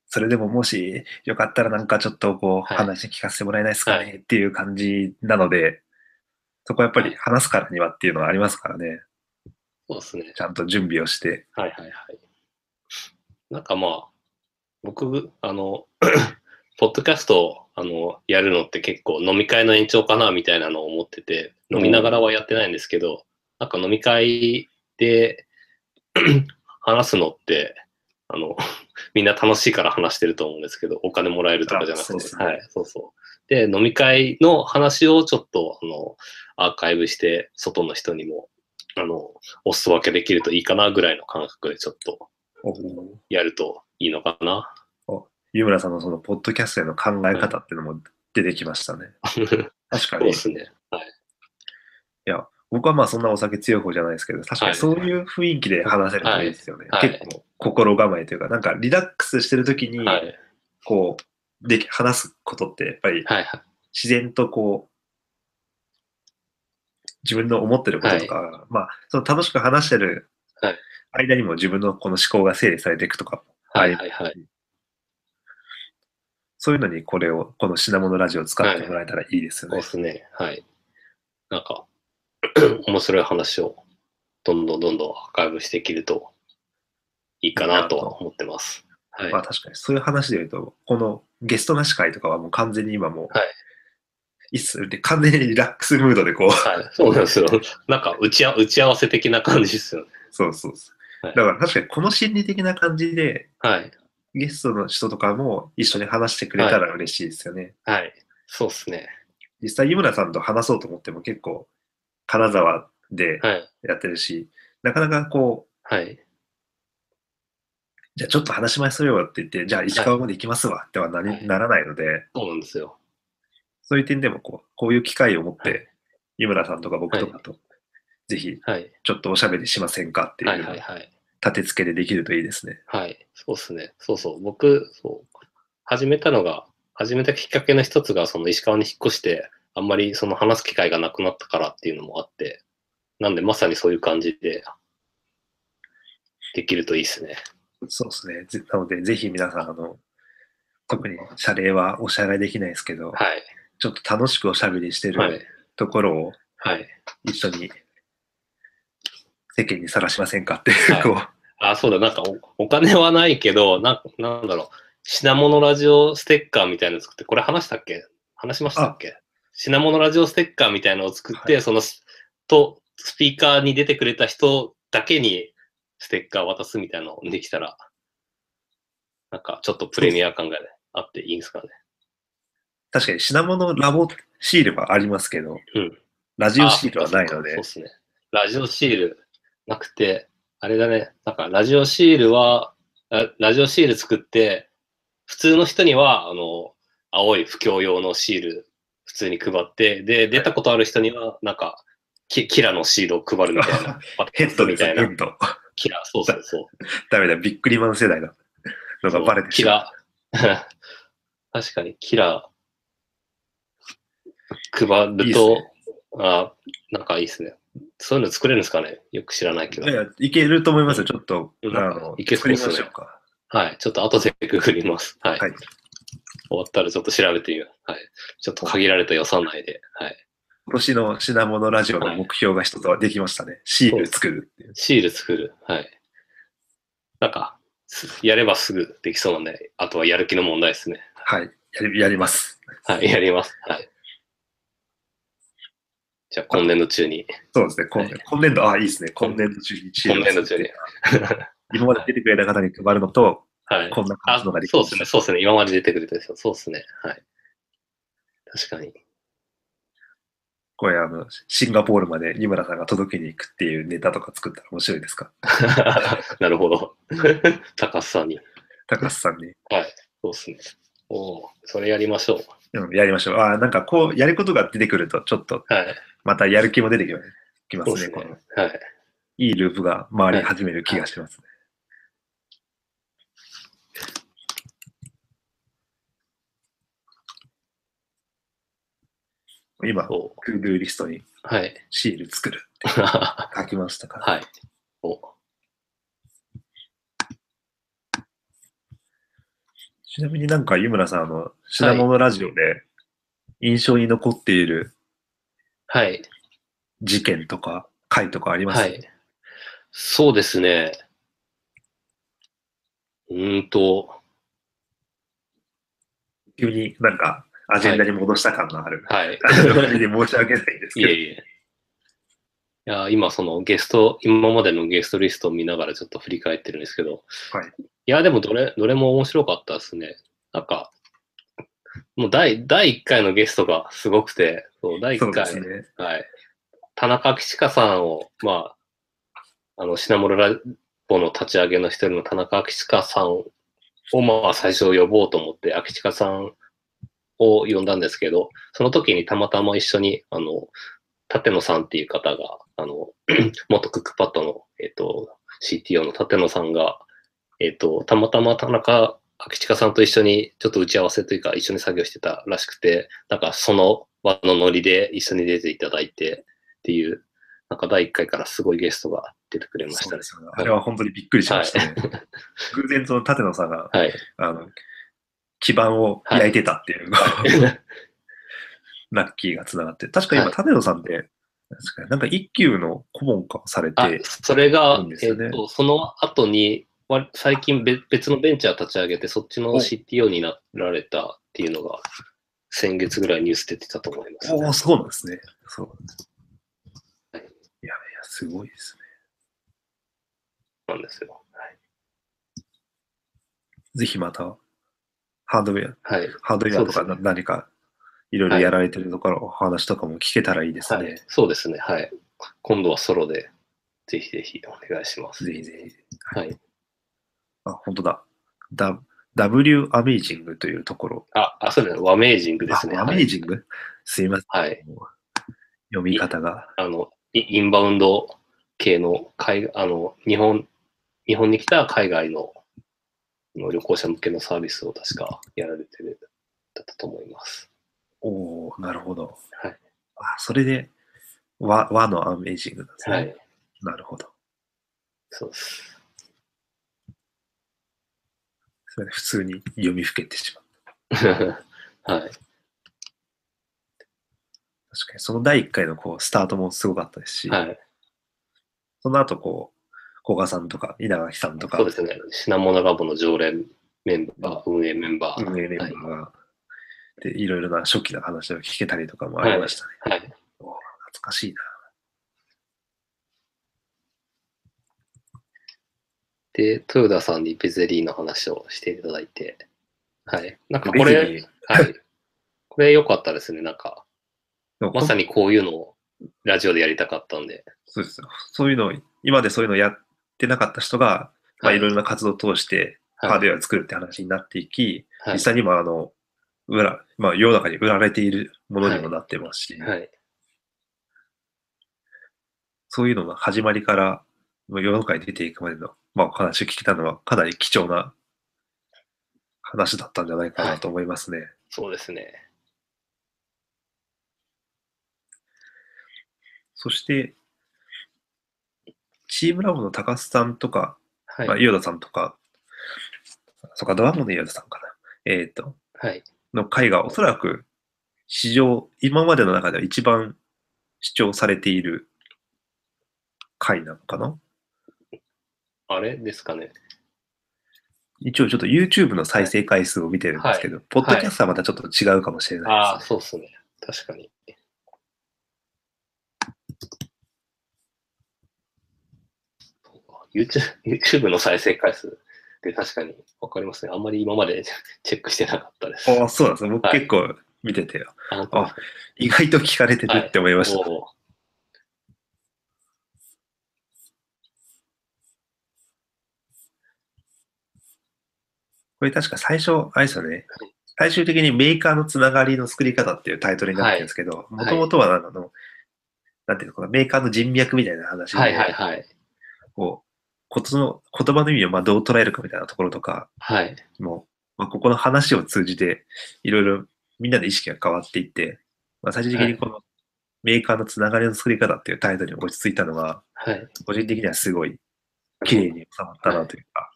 B: それでももしよかったらなんかちょっとこう
A: はい
B: 話聞かせてもらえないですか
A: は
B: ねっていう感じなので、そこはやっぱり
A: はい
B: 話すからにはっていうのはありますからね。
A: そうですね。
B: ちゃんと準備をして。
A: はいはいはい。なんかまあ、僕、あの、 ポッドキャストをあのやるのって結構飲み会の延長かなみたいなのを思ってて、飲みながらはやってないんですけど、なんか飲み会で話すのって、あの、 みんな楽しいから話してると思うんですけど、お金もらえるとかじゃなく
B: あそう
A: て、
B: ですね
A: はい、そうそう。で、飲み会の話をちょっと、あの、アーカイブして、外の人にも、あの、お裾分けできるといいかなぐらいの感覚でちょっとやるといいのかな。
B: 湯村さんのそのポッドキャストへの考え方っていうのも出てきましたね。
A: そう
B: 確か
A: で
B: に。
A: すね。はい。
B: 僕はまあそんなお酒強い方じゃないですけど、確かにそういう雰囲気で話せるといいですよね。
A: はい
B: 結構心構えというか、なんかリラックスしてる時に、
A: はい。
B: こう、でき、話すことってやっぱり
A: はい。はい
B: 自然とこう、自分の思ってることとか、まあ、その楽しく話してる
A: はい
B: 間にも自分のこの思考が整理されていくとか、
A: はい。はい。はい。
B: そういうのにこれを、この品物ラジオを使ってもらえたらいいですよ
A: そうで
B: ね。
A: すね。はい。なんか、 面白い話をどんどんどんどんアーカイブしていけるといいかなとは思ってます。はい
B: ま。あ確かにそういう話で言うと、このゲストなし会とかはもう完全に今もう、、
A: はい
B: っで完全にリラックスムードでこう、
A: はい、そうなんですよ。なんか打ちあ打ち合わせ的な感じですよね。
B: そうそうそう
A: はい
B: だから確かにこの心理的な感じで、
A: はい。
B: ゲストの人とかも一緒に話してくれたら嬉しいですよね。
A: はい。そうですね。
B: 実際、井村さんと話そうと思っても結構、金沢で
A: はい。
B: やってるし、なかなかこう、
A: はい。
B: じゃあちょっと話しましょうよって言って、じゃあ石川まで行きますわってはなり、
A: はい
B: ならないので、
A: そうなんですよ。
B: そういう点でもこう、こういう機会を持っ
A: は
B: て、井村さんとか僕とかと、ぜひ
A: はい。
B: ちょっとおしゃべりしませんかってい
A: はいうはいはい。
B: 立て付けでできるといいですね。
A: はい。そうですね。そうそう。僕、そう。始めたのが、始めたきっかけの一つが、その石川に引っ越して、あんまりその話す機会がなくなったからっていうのもあって、なんでまさにそういう感じで、できるといいですね。
B: そうですね。ぜなので、ぜひ皆さん、あの、特に謝礼はお支払いできないですけど、
A: はい。
B: ちょっと楽しくおしゃべりして
A: は
B: る
A: い。
B: ところを
A: はい。
B: 一緒に世間にさらしませんかって、
A: はい
B: こう、
A: あ、そうだ、なんかおお金はないけど、なんなんだろう、品物ラジオステッカーみたいなの作って、これ話したっけ話しましたっけ品物ラジオステッカーみたいなのを作って、そのス、と、スピーカーに出てくれた人だけにステッカー渡すみたいなのできたら、なんかちょっとプレミア感が、ね、あっていいんですかね。
B: 確かに品物ラボシールはありますけど、
A: うん
B: ラジオシールはないの
A: あ
B: で。
A: そう、ですね。ラジオシールなくて、あれだね、なんかラジオシールは、あラジオシール作って、普通の人には、あの、青い布教用のシール、普通に配って、で、出たことある人には、なんか、キキラのシールを配るみたいな
B: ヘッドで
A: み
B: す
A: た
B: ね
A: い、
B: ヘ
A: な。
B: ッド。
A: キラ、そうそうそう。
B: ダメだ、ビックリマン世代だ。のがバレて
A: キ
B: しまう。
A: ラー。 確かに、キラー配る
B: いいっ
A: と、
B: すね
A: あなんかいいですね。そういうの作れるんですかねよく知らないけど
B: い。やいや、いけると思いますよ。ちょっと、あ
A: うん
B: の、
A: いけそうですね
B: 作りましょうか。
A: はい。ちょっと後でググります。はい。
B: はい
A: 終わったらちょっと調べてみます。はい。ちょっと限られた予算内で、はい。
B: 今年の品物ラジオの目標が一つはできましたね。シール作るっていう。
A: シール作る。はい。なんか、すやればすぐできそうなんで、あとはやる気の問題ですね。
B: はい。やりやります。
A: はい。やります。はい。じゃあ、今年度中に。
B: そうですね。今,、
A: はい
B: 今年度、あ、いいですね。今年度中にシール
A: 今年度
B: 作
A: 中
B: って
A: に。
B: 今まで出てくれた方に配るのと、
A: はい。
B: こんな感
A: あ
B: じのができ
A: そう
B: ま
A: ですすね、そうですね。今まで出てくれたですよ。そうですね。はい。確 かに。
B: これ、あの、シンガポールまで二村さんが届けに行くっていうネタとか作ったら面白いですか
A: なるほど。高須さんに。
B: 高須さんに。
A: そうですね。おお、それやりましょう。
B: うん、やりましょう。ああ、なんかこう、やることが出てくると、ちょっと、
A: はい。
B: またやる気も出てきま
A: そう
B: す
A: で
B: ね。
A: すね
B: この。
A: はい。
B: いいループが回り始める気がしますね。今、
A: お
B: クールリストに
A: はい。
B: シール作るって
A: は
B: 書きましたから。
A: い。お
B: ちなみになんか湯村さん、あの、品物ラジオで印象に残っている
A: はい。
B: 事件とか回とかあります、
A: はい。そうですね。うーんと、
B: 急になんかアジェンダに戻した感のある。
A: はい。
B: 感じで申し訳ないです
A: いえ
B: け
A: いえ。いや、今そのゲスト、今までのゲストリストを見ながらちょっと振り返ってるんですけど、
B: はい、
A: や、でもどれ、どれも面白かったですね。なんか、もう第第1回のゲストがすごくて、そう第1
B: ど。そうで
A: 回、
B: すね。
A: はい、田中吉香さんを、まあ、あの、品物ラボの立ち上げの一人の田中吉香さんを、まあ、最初呼ぼうと思って、秋近さんを呼んだんですけど、その時にたまたま一緒に、あの、立野さんっていう方が、あの、 元クックパッドの、えっ、と、CTO の立野さんが、えっ、と、たまたま田中秋近さんと一緒に、ちょっと打ち合わせというか、一緒に作業してたらしくて、なんかその場のノリで一緒に出ていただいてっていう、なんか第1回からすごいゲストが出てくれまし
B: そ
A: たね
B: うで。すよねあれは本当にびっくりしましたね。偶然その立野さんが、
A: はい。
B: あの、基盤を焼いてたっていう、 ラッキーがつながって。確か今、
A: はい
B: 立野さんで、確かになんか一級の顧問化をされ
A: あ
B: て、
A: それ
B: いい
A: が、
B: んです
A: え
B: よ
A: っ、
B: ね
A: と、その後に、わ最近べ別のベンチャー立ち上げて、そっちの
B: お
A: CTO になられたっていうのが、先月ぐらいニュース出てたと思います、
B: おお、そうなんですね。そう。
A: は
B: いや
A: い
B: いや、すごいですね。
A: なんですよ。
B: ぜひまた、ハードウェア、
A: はい。はい
B: ハードウェアと
A: そ
B: か
A: うです
B: な
A: ね
B: 何か、いろいろやられてるところ、お話とかも聞けたらいいです
A: はい
B: ね。
A: そうですね。はい。今度はソロで、ぜひぜひお願いします。
B: ぜひぜひ。
A: はい。
B: あ、本当だ。だ W アメイジングというところ。
A: あ、あ、そうですね。ワメージングですね。
B: あアメイジング、すいません。
A: はい。はい。
B: 読み方が。
A: あの、イインバウンド系の海、あの、日本、日本に来た海外のの旅行者向けのサービスを確かやられてる、だったと思います。
B: おおなるほど。
A: はい
B: あ、それで、和和のアメイジングなんですね。
A: はい。
B: なるほど。
A: そうです。
B: それで普通に読みふけてしまう。
A: はい。
B: 確かに、その第1回のこうスタートもすごかったですし、
A: はい。
B: その後こう、古賀さんとか稲垣さんとか、
A: そうですね。品物ラボの常連メンバー、運営メンバー。
B: 運営メンバーが、で、いろいろな初期の話を聞けたりとかもありましたね。
A: はい。
B: 懐かしいな。
A: で、豊田さんにベゼリーの話をしていただいて。はい。なんかこ
B: ベゼ
A: れ、
B: リー
A: はい。これ良かったですね。なんか、
B: の
A: まさにこういうのをラジオでやりたかったんで。
B: そうですよ。そういうの、今までそういうのやってなかった人が、まあ、いろいろな活動を通して、
A: はい
B: ハードウェアを作るって話になっていき、
A: はい
B: 実際にもあの、売ら、まあ、世の中に売られているものにもなってますし、
A: はい。
B: そういうのの始まりから、世の中に出ていくまでの、まあ、お話を聞けたのは、かなり貴重な話だったんじゃないかなと思いますね。
A: そうですね。
B: そして、チームラボの高須さんとか、
A: はい。
B: まあ、
A: はい。
B: ヨダさんとか、そっか、ドラゴンのヨダさんかな。えっ、と、の回がおそらく、史上、今までの中では一番視聴されている回なのかな
A: あれですかね。
B: 一応ちょっと YouTube の再生回数を見てるんですけど、ポッドキャストはまたちょっと違うかもしれない
A: ああ、
B: です、
A: そうっすね。確かに。そうか YouTube, YouTube の再生回数で確かに分かりますね。あんまり今まで チェックしてなかったです。
B: ああ、そうなんですね。僕
A: はい
B: 結構見てて、
A: あ本当ですか
B: 意外と聞かれてるって思いました。
A: おー
B: これ確か最初、あれですよね。最終的にメーカーのつながりの作り方っていうタイトルになってるんですけど、も
A: はい
B: ともとはなんかあの、なんていうのかな、メーカーの人脈みたいな話で、
A: はいはいはい。
B: こう、ことの言葉の意味をまあどう捉えるかみたいなところとか、
A: はい。
B: もう、まあ、ここの話を通じて、いろいろみんなの意識が変わっていって、まあ、最終的にこのメーカーのつながりの作り方っていうタイトルに落ち着いたのは、
A: はい。
B: 個人的にはすごい綺麗に収まったなというか、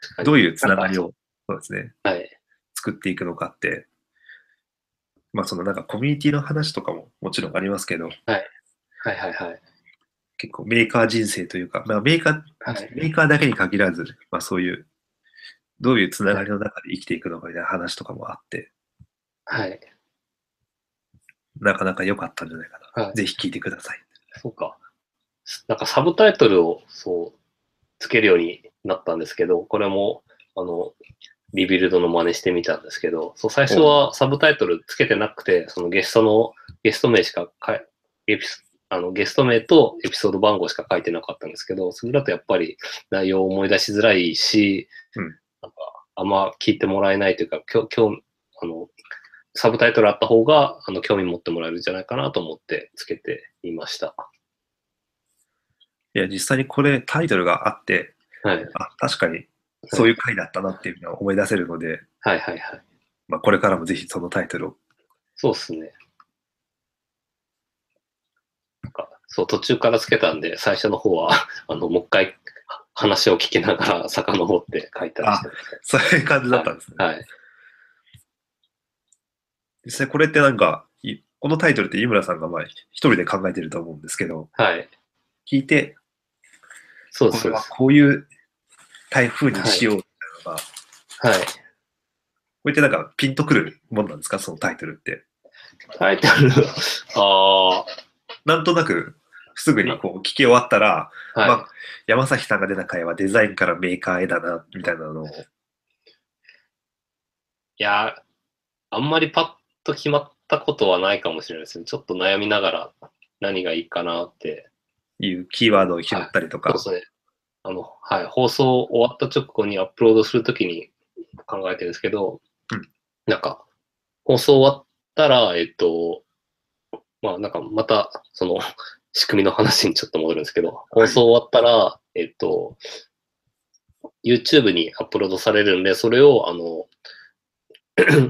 A: 確かに
B: どういうつながりを、そうですね、
A: はい。
B: 作っていくのかって、まあそのなんかコミュニティの話とかももちろんありますけど、
A: はいはいはい。
B: 結構メーカー人生というか、まあメーカ
A: は
B: ー、
A: い。
B: メーカーだけに限らず、まあそういう、どういうつながりの中で生きていくのかみたいな話とかもあって、
A: はい。
B: なかなか良かったんじゃないかな。
A: はい
B: ぜひ聞いてください。
A: そうか。なんかサブタイトルをそうつけるようになったんですけど、これもあのリビルドの真似してみたんですけど、そう最初はサブタイトルつけてなくて、そのゲストのゲスト名しかかいエピソあのゲスト名とエピソード番号しか書いてなかったんですけど、それだとやっぱり内容を思い出しづらいし、
B: うん
A: なんかあんま聞いてもらえないというか、きょ興味あのサブタイトルあった方があの興味持ってもらえるんじゃないかなと思ってつけてみました。
B: いや、実際にこれタイトルがあって、
A: はい。
B: あ、確かにそういう回だったなっていうのは思い出せるので、
A: はいはいはい。
B: まあこれからもぜひそのタイトルを。
A: そうですね。 なんか、そう、途中からつけたんで、最初の方は、あの、もう一回、話を聞きながら遡って書いたりしてます
B: そういう感じだったんですね。
A: はい。
B: 実際これってなんか、いこのタイトルって井村さんがまあ一人で考えてると思うんですけど、
A: はい。
B: 聞いて、
A: そうです、そ
B: こ
A: う
B: れ
A: で
B: は
A: す。
B: こういう台風にしようみたいなのが、
A: はい。
B: これってなんかピンとくるもんなんですかそのタイトルって。
A: タイトル、 あ
B: なんとなく、すぐにこう聞き終わったら、
A: あ、はい。
B: まあ、山崎さんが出た回はデザインからメーカーへだな、みたいなのを。
A: いや、あんまりパッと決まったことはないかもしれないですね。ちょっと悩みながら何がいいかなって。
B: いうキーワードを拾ったり
A: そ
B: と
A: う
B: か
A: で、すね。あの、はい。放送終わった直後にアップロードするときに考えてるんですけど、
B: うん
A: なんか、放送終わったら、えっと、まあなんかまた、その、 仕組みの話にちょっと戻るんですけど、放送終わったら、えっと、YouTube にアップロードされるんで、それを、あの、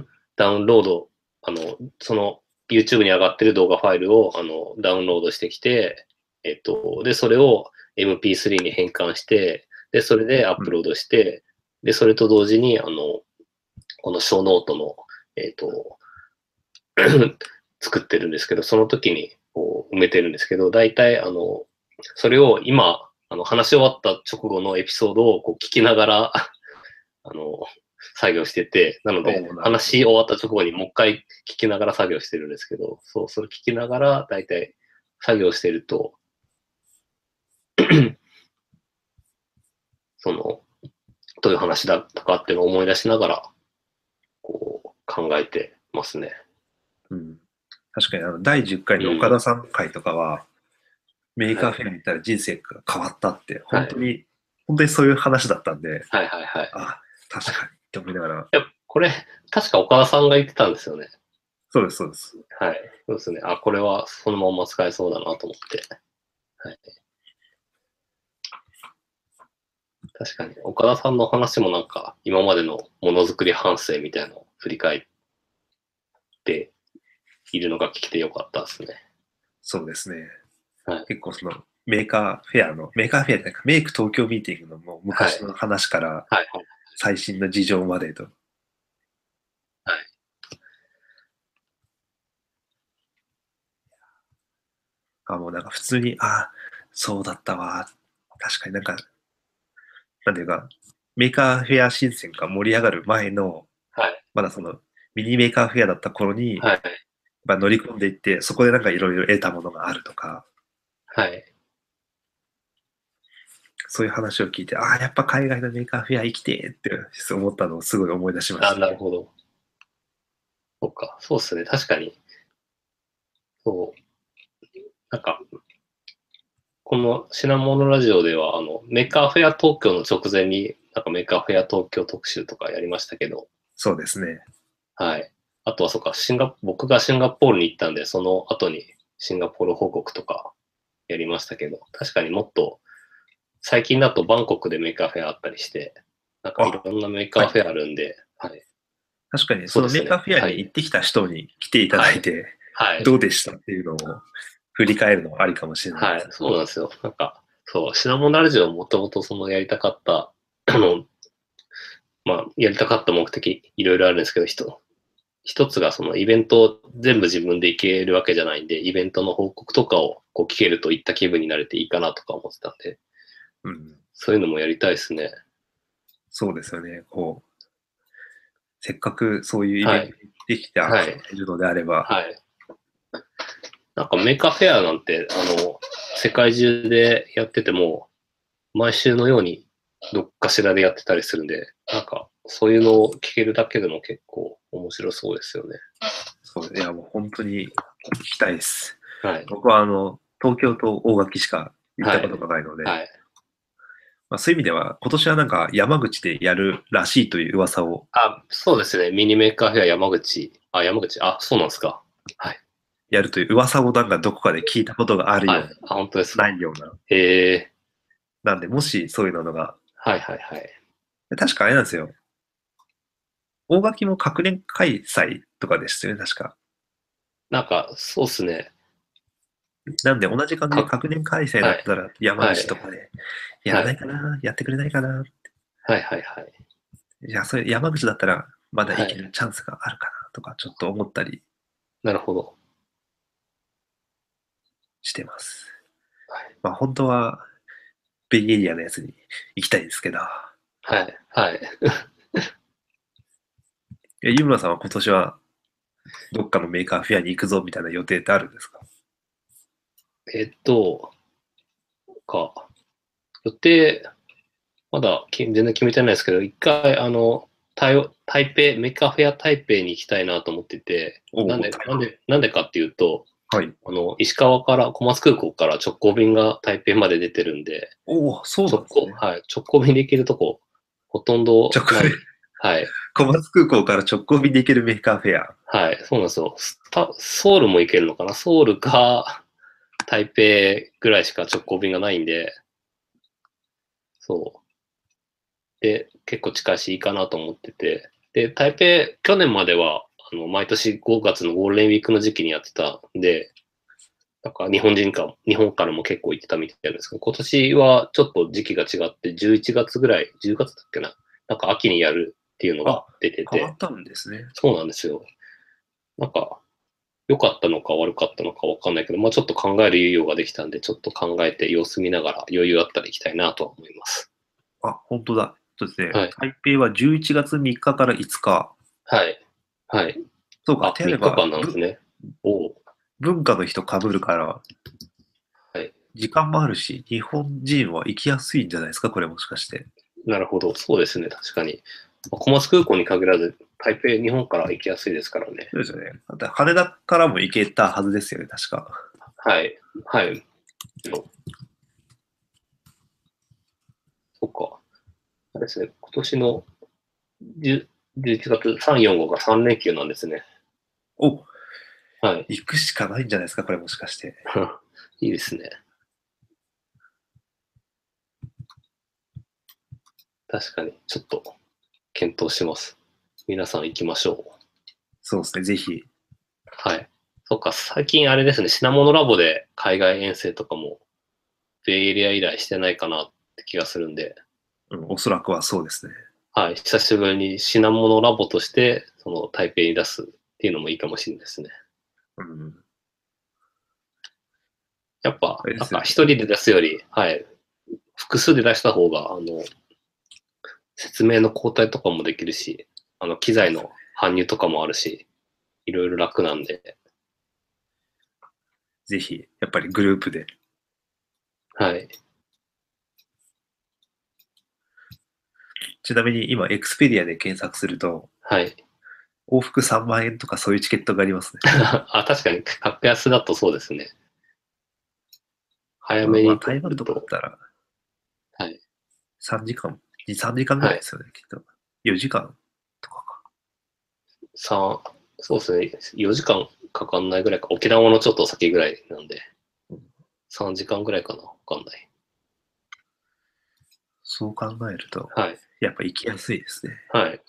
A: ダウンロード、あの、その YouTube に上がってる動画ファイルをあのダウンロードしてきて、えっと、で、それを MP3 に変換して、で、それでアップロードして、で、それと同時に、あの、この小ノートの、えっと、 作ってるんですけど、その時にこう埋めてるんですけど、大体、あの、それを今、あの、話し終わった直後のエピソードをこう聞きながら、 あの、作業してて、なの
B: おうな
A: で
B: るほ、ど
A: 話し終わった直後にもう一回聞きながら作業してるんですけど、そう、それ聞きながら、大体作業してると、 その、どういう話だったかっていうのを思い出しながら、こう、考えてますね。
B: うん、確かにあの第10回の岡田さん会とかは、メーカーフェアに行ったら人生が変わったって、
A: はい
B: 本当に、本当にそういう話だったんで、
A: はいはいはい。
B: あ、確かにって思いながら、
A: いや、これ、確か岡田さんが言ってたんですよね。
B: そうです、そうです。
A: はい。そうですね。あ、これはそのまんま使えそうだなと思って。はい。確かに、岡田さんの話もなんか、今までのものづくり反省みたいなのを振り返っているのが聞けてよかったですね。
B: そうですね。
A: はい
B: 結構そのメーカーフェアの、メーカーフェアじゃないか、メイク東京ミーティングのもう昔の話から
A: はい。
B: 最新の事情までと、あ、もうなんか普通に、あ、そうだったわ。確かになんか、なんていうか、メーカーフェア新鮮が盛り上がる前の、
A: はい
B: まだその、ミニメーカーフェアだった頃に、
A: はい。
B: まあ乗り込んでいって、そこでなんかいろいろ得たものがあるとか、
A: はい。
B: そういう話を聞いて、ああ、やっぱ海外のメーカーフェア生きてーって思ったのをすごい思い出しまし
A: あ、
B: た。
A: なるほど。そうか、そうですね、確かに。そう。なんか、この品物ラジオでは、あの、メーカーフェア東京の直前に、なんかメーカーフェア東京特集とかやりましたけど、
B: そうですね。
A: はい。あとは、そうか、シンガ、僕がシンガポールに行ったんで、その後にシンガポール報告とかやりましたけど、確かにもっと、最近だとバンコクでメーカーフェアあったりして、なんかいろんなメーカーフェアあるんで、はい。
B: 確かに、
A: そ
B: そうの
A: です
B: メ
A: ね
B: ーカーフェアに行ってきた人に来ていただいて、
A: はい。
B: どうでしたっていうのを振り返るのもありかもしれない
A: は
B: で
A: い
B: す、ね。
A: そうなんですよ。なんか、そう、シナモナラジオもともとそのやりたかった、あの、まあ、やりたかった目的、いろいろあるんですけど、一一つがそのイベントを全部自分で行けるわけじゃないんで、イベントの報告とかをこう聞けるといった気分になれていいかなとか思ってたんで、
B: うん
A: そういうのもやりたいですね。
B: そうですよね。こう、せっかくそういうイベントにできて、あ
A: はい
B: いるのであれば、
A: はい。なんかメーカーフェアなんて、あの、世界中でやってても、毎週のようにどっかしらでやってたりするんで、なんかそういうのを聞けるだけでも結構面白そうですよね。
B: そういや、もう本当に聞きたいです。
A: はい。
B: 僕は、あの、東京と大垣しか行ったことがないので、
A: はい。
B: まあ、そういう意味では、今年はなんか山口でやるらしいという噂を、
A: あ、そうですね。ミニメーカーフェア山口。あ、山口。あ、そうなんですか。
B: やるという噂をなんかどこかで聞いたことがあるよ
A: は
B: う
A: い。あ、本当です
B: な、
A: か。
B: ないような。
A: へえ。
B: なんで、もしそういうのが、
A: はいはいはい。
B: 確かあれなんですよ。大垣も各年開催とかですよね、確か。
A: なんか、そうっすね。
B: なんで同じ感じで学年開催だったら山口とかで、やらないかな、やってくれないかな。
A: はいはいはい。
B: いや、それ山口だったらまだいけ
A: は
B: るチャンスがあるかなとかちょっと思ったり
A: なるほど。
B: してます。
A: はい
B: まあ本当はベイエリアのやつに行きたいですけど、
A: はいはい。
B: え湯村さんは今年はどっかのメーカーフェアに行くぞみたいな予定ってあるんですか
A: えっと、か、予定、まだき全然決めてないですけど、一回、あの、台台北、メカフェア台北に行きたいなと思ってて、
B: おう
A: なんで、
B: 台
A: なんで、なんでかっていうと、
B: はい。
A: あの、石川から、小松空港から直行便が台北まで出てるんで、
B: おお、そうなん
A: 直
B: です
A: 行、
B: ね。
A: はい、直行便で行けるとこ、ほとんど
B: 直行
A: ない。はい、
B: 小松空港から直行便で行けるメーカーフェア。
A: はい、そうなんですよ。スタソウルも行けるのかなソウルか台北ぐらいしか直行便がないんで、そう。で、結構近いしいいかなと思ってて、で、台北、去年までは、あの、毎年5月のゴールデンウィークの時期にやってたんで、なんか日本人か、日本からも結構行ってたみたいなんですけど、今年はちょっと時期が違って、11月ぐらい、10月だっけな、なんか秋にやるっていうのが出てて
B: 変わ。ったんですね。
A: そうなんですよ。なんか、良かったのか悪かったのかわかんないけど、まあちょっと考える猶予ができたんで、ちょっと考えて様子見ながら余裕あったら行きたいなとは思います。
B: あ、本当だ。そうですね。
A: はい
B: 台北は11月3日から5日。
A: はい。はい。
B: そう
A: あ、
B: か、
A: 3日間なんです
B: ぶ
A: ね。おう
B: 文化の人かぶるから、
A: はい
B: 時間もあるし、日本人は行きやすいんじゃないですか、これもしかして。
A: なるほど。そうですね。確かに。まあ小松空港に限らず、台北、日本から行きやすいですからね。
B: そうですよね。だって羽田からも行けたはずですよね、確か。
A: はい。はい。そっか。あれですね。今年の10 11月3、4、5が3連休なんですね。
B: お、
A: はい。
B: 行くしかないんじゃないですか、これもしかして。
A: いいですね。確かに、ちょっと検討します。皆さん行きましょう。
B: そうですね、ぜひ。
A: はい。そっか、最近あれですね、品物ラボで海外遠征とかも、ベイエリア以来してないかなって気がするんで、
B: うん、おそらくはそうですね。
A: はい、久しぶりに品物ラボとして、その台北に出すっていうのもいいかもしれないですね。
B: うん。
A: やっぱ
B: あ、れで
A: なん
B: すよ
A: か一人で出すより、はい、複数で出した方が、あの、説明の交代とかもできるし、あの、機材の搬入とかもあるし、いろいろ楽なんで、
B: ぜひ、やっぱりグループで。
A: はい。
B: ちなみに今、エクスペディアで検索すると、
A: はい。
B: 往復3万円とかそういうチケットがありますね。
A: あ、確かに、格安だとそうですね。早めに
B: ま
A: 行
B: あ、台湾
A: く
B: とかだっ
A: と。
B: たら、
A: はい。
B: 3時間、2、3時間ぐらいですよね、きっと。4時間とかか。
A: 三そうですね。4時間かかんないぐらいか。沖縄のちょっと先ぐらいなんで
B: うん。
A: 3時間ぐらいかな。わかんない。
B: そう考えると、
A: はい。
B: やっぱ行きやすいですね。
A: はい。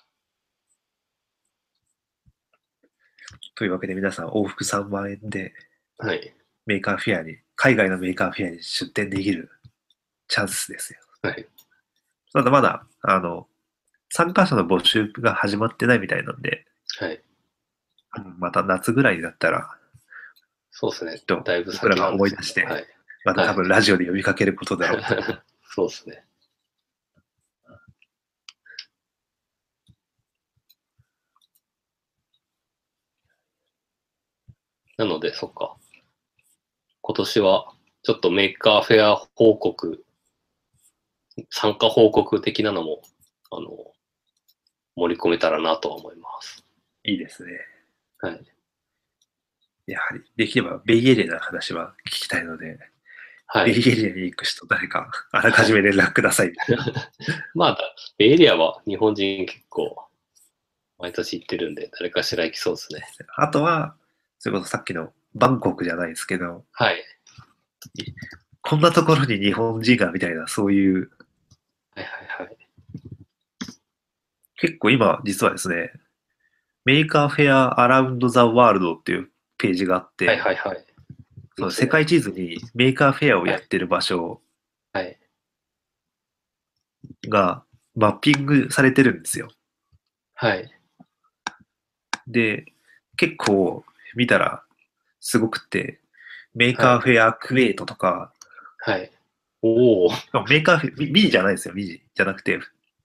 B: というわけで皆さん、往復3万円で
A: はい。
B: メーカーフェアに、海外のメーカーフェアに出店できるチャンスですよ。
A: はい。
B: ただまだ、あの、参加者の募集が始まってないみたいなんで、
A: はい。
B: うんまた夏ぐらいになったら、
A: そうですね
B: っと。
A: だいぶ
B: 僕
A: 先な
B: ら
A: んです
B: が思い出して
A: はい。
B: また多分ラジオで呼びかけることだろうと。
A: そうですね。なので、そっか。今年は、ちょっとメーカーフェア報告、参加報告的なのも、あの、盛り込めたらなとは思います。
B: いいですね。
A: はい。
B: やはり、できればベイエリアの話は聞きたいので、
A: は
B: ベ
A: い。
B: イエリアに行く人、誰か、あらかじめ連絡ください。
A: まあ、だベイエリアは日本人結構、毎年行ってるんで、誰かしら行きそうですね。
B: あとは、それこそさっきのバンコクじゃないですけど、
A: はい。
B: こんなところに日本人がみたいな、そういう、
A: はいはいはい。
B: 結構今、実はですね、メーカーフェアアラウンドザワールドっていうページがあって、
A: はいはいはい。
B: そう世界地図にメーカーフェアをやってる場所
A: はい。
B: がマッピングされてるんですよ。
A: はい。
B: で、結構見たらすごくて、メーカーフェアクエイトとか、
A: はい。おお。
B: しかもメーカーフェア、ミミニじゃないですよ、ミニじゃなくて、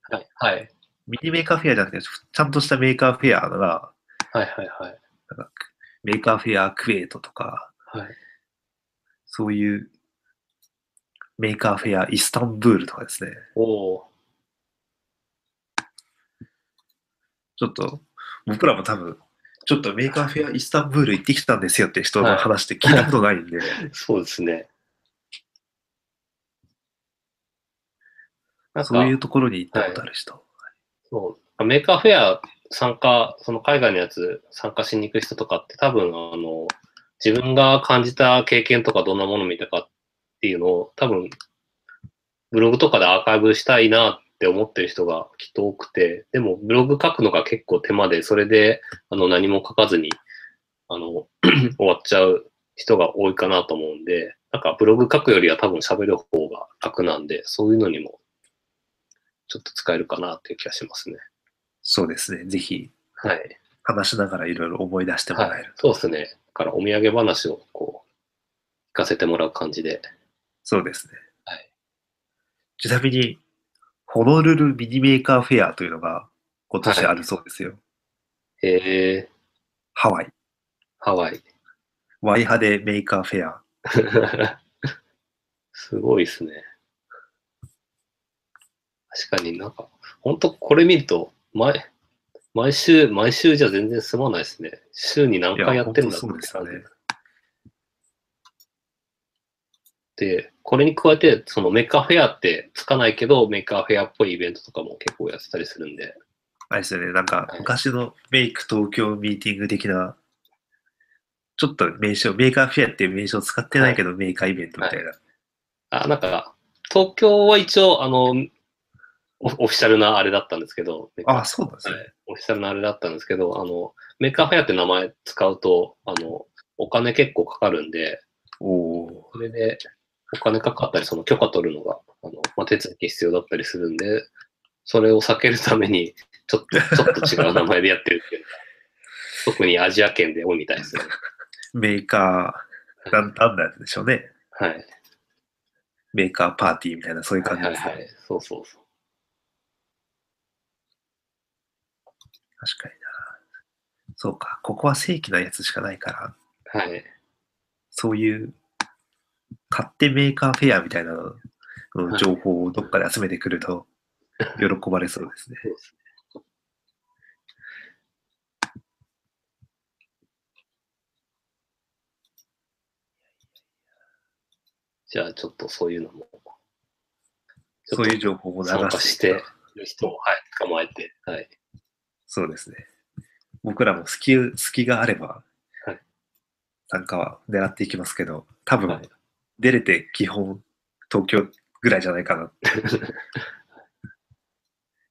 A: はい。はい。
B: ミニメーカーフェアじゃなくて、ちゃんとしたメーカーフェアが、
A: はい。はい。はい。
B: なんかメーカーフェアクエイトとか、
A: はい。
B: そういうメーカーフェアイスタンブールとかですね。
A: おお。
B: ちょっと、僕らも多分、ちょっとメーカーフェアイスタンブール行ってきたんですよって人の話って聞いたことないんで、
A: そうですね。なんか
B: そういうところに行ったことある人。
A: そうメーカーフェア参加、その海外のやつ参加しに行く人とかって多分、あの、自分が感じた経験とかどんなもの見たかっていうのを多分、ブログとかでアーカイブしたいなって思ってる人がきっと多くて、でもブログ書くのが結構手間で、それであの何も書かずに、あの、 終わっちゃう人が多いかなと思うんで、なんかブログ書くよりは多分喋る方が楽なんで、そういうのにもちょっと使えるかなっていう気がしますね。
B: そうですね。ぜひ
A: はい。
B: 話しながらいろいろ思い出してもらえる。
A: そうですね。だからお土産話をこう、聞かせてもらう感じで。
B: そうですね。
A: はい
B: ちなみに、ホノルルミニメーカーフェアというのが今年あるそうですよ。
A: へえ
B: ハワイ。
A: ハワイ。
B: ワイハでメーカーフェア。
A: すごいですね。確かになんか、ほんとこれ見ると、毎、毎週、毎週じゃ全然済まないですね。週に何回やってるんだって
B: いやほんとそう
A: 感
B: で
A: じ
B: すよね
A: で、これに加えて、そのメーカーフェアってつかないけど、メーカーフェアっぽいイベントとかも結構やってたりするんで、
B: あれですよね。なんか
A: はい
B: 昔のメイク東京ミーティング的な、ちょっと名称、メーカーフェアっていう名称使ってないけど、メーカーイベントみたいな。
A: あ、なんか、東京は一応、あの、オオフィシャルなあれだったんですけど、メーカー
B: あ、そうなんですね。
A: はい、オフィシャルなあれだったんですけど、あの、メーカーフェアって名前使うと、あの、お金結構かかるんで、
B: おお
A: それでお金かかったり、その許可取るのが、あの、まあ、手続き必要だったりするんで、それを避けるために、ちょっと、ちょっと違う名前でやってるっていう か、特にアジア圏で多いみたいですね。
B: ー。メーカー、なんなんだでしょうね。
A: はい。
B: メーカーパーティーみたいな、そういう
A: は
B: 感
A: い
B: じ
A: は
B: で
A: い
B: すね。
A: はい。そうそうそう。
B: 確かにな。そうか、ここは正規なやつしかないから、
A: はい。
B: そういう、買ってメーカーフェアみたいなの
A: は
B: の
A: い
B: 情報をどっかで集めてくると、喜ばれそうですね。
A: そうですじゃあ、ちょっとそういうのも。 ちょ
B: そ
A: っ
B: う
A: と
B: いう情報を流
A: 参加
B: し
A: して
B: いく
A: てる人を、はい、捕まえて、はい。
B: そうですね。僕らも隙隙があれば
A: はい、
B: 参加は狙っていきますけど、多
A: は
B: 分
A: い、
B: 出れて基本、東京ぐらいじゃないか なって、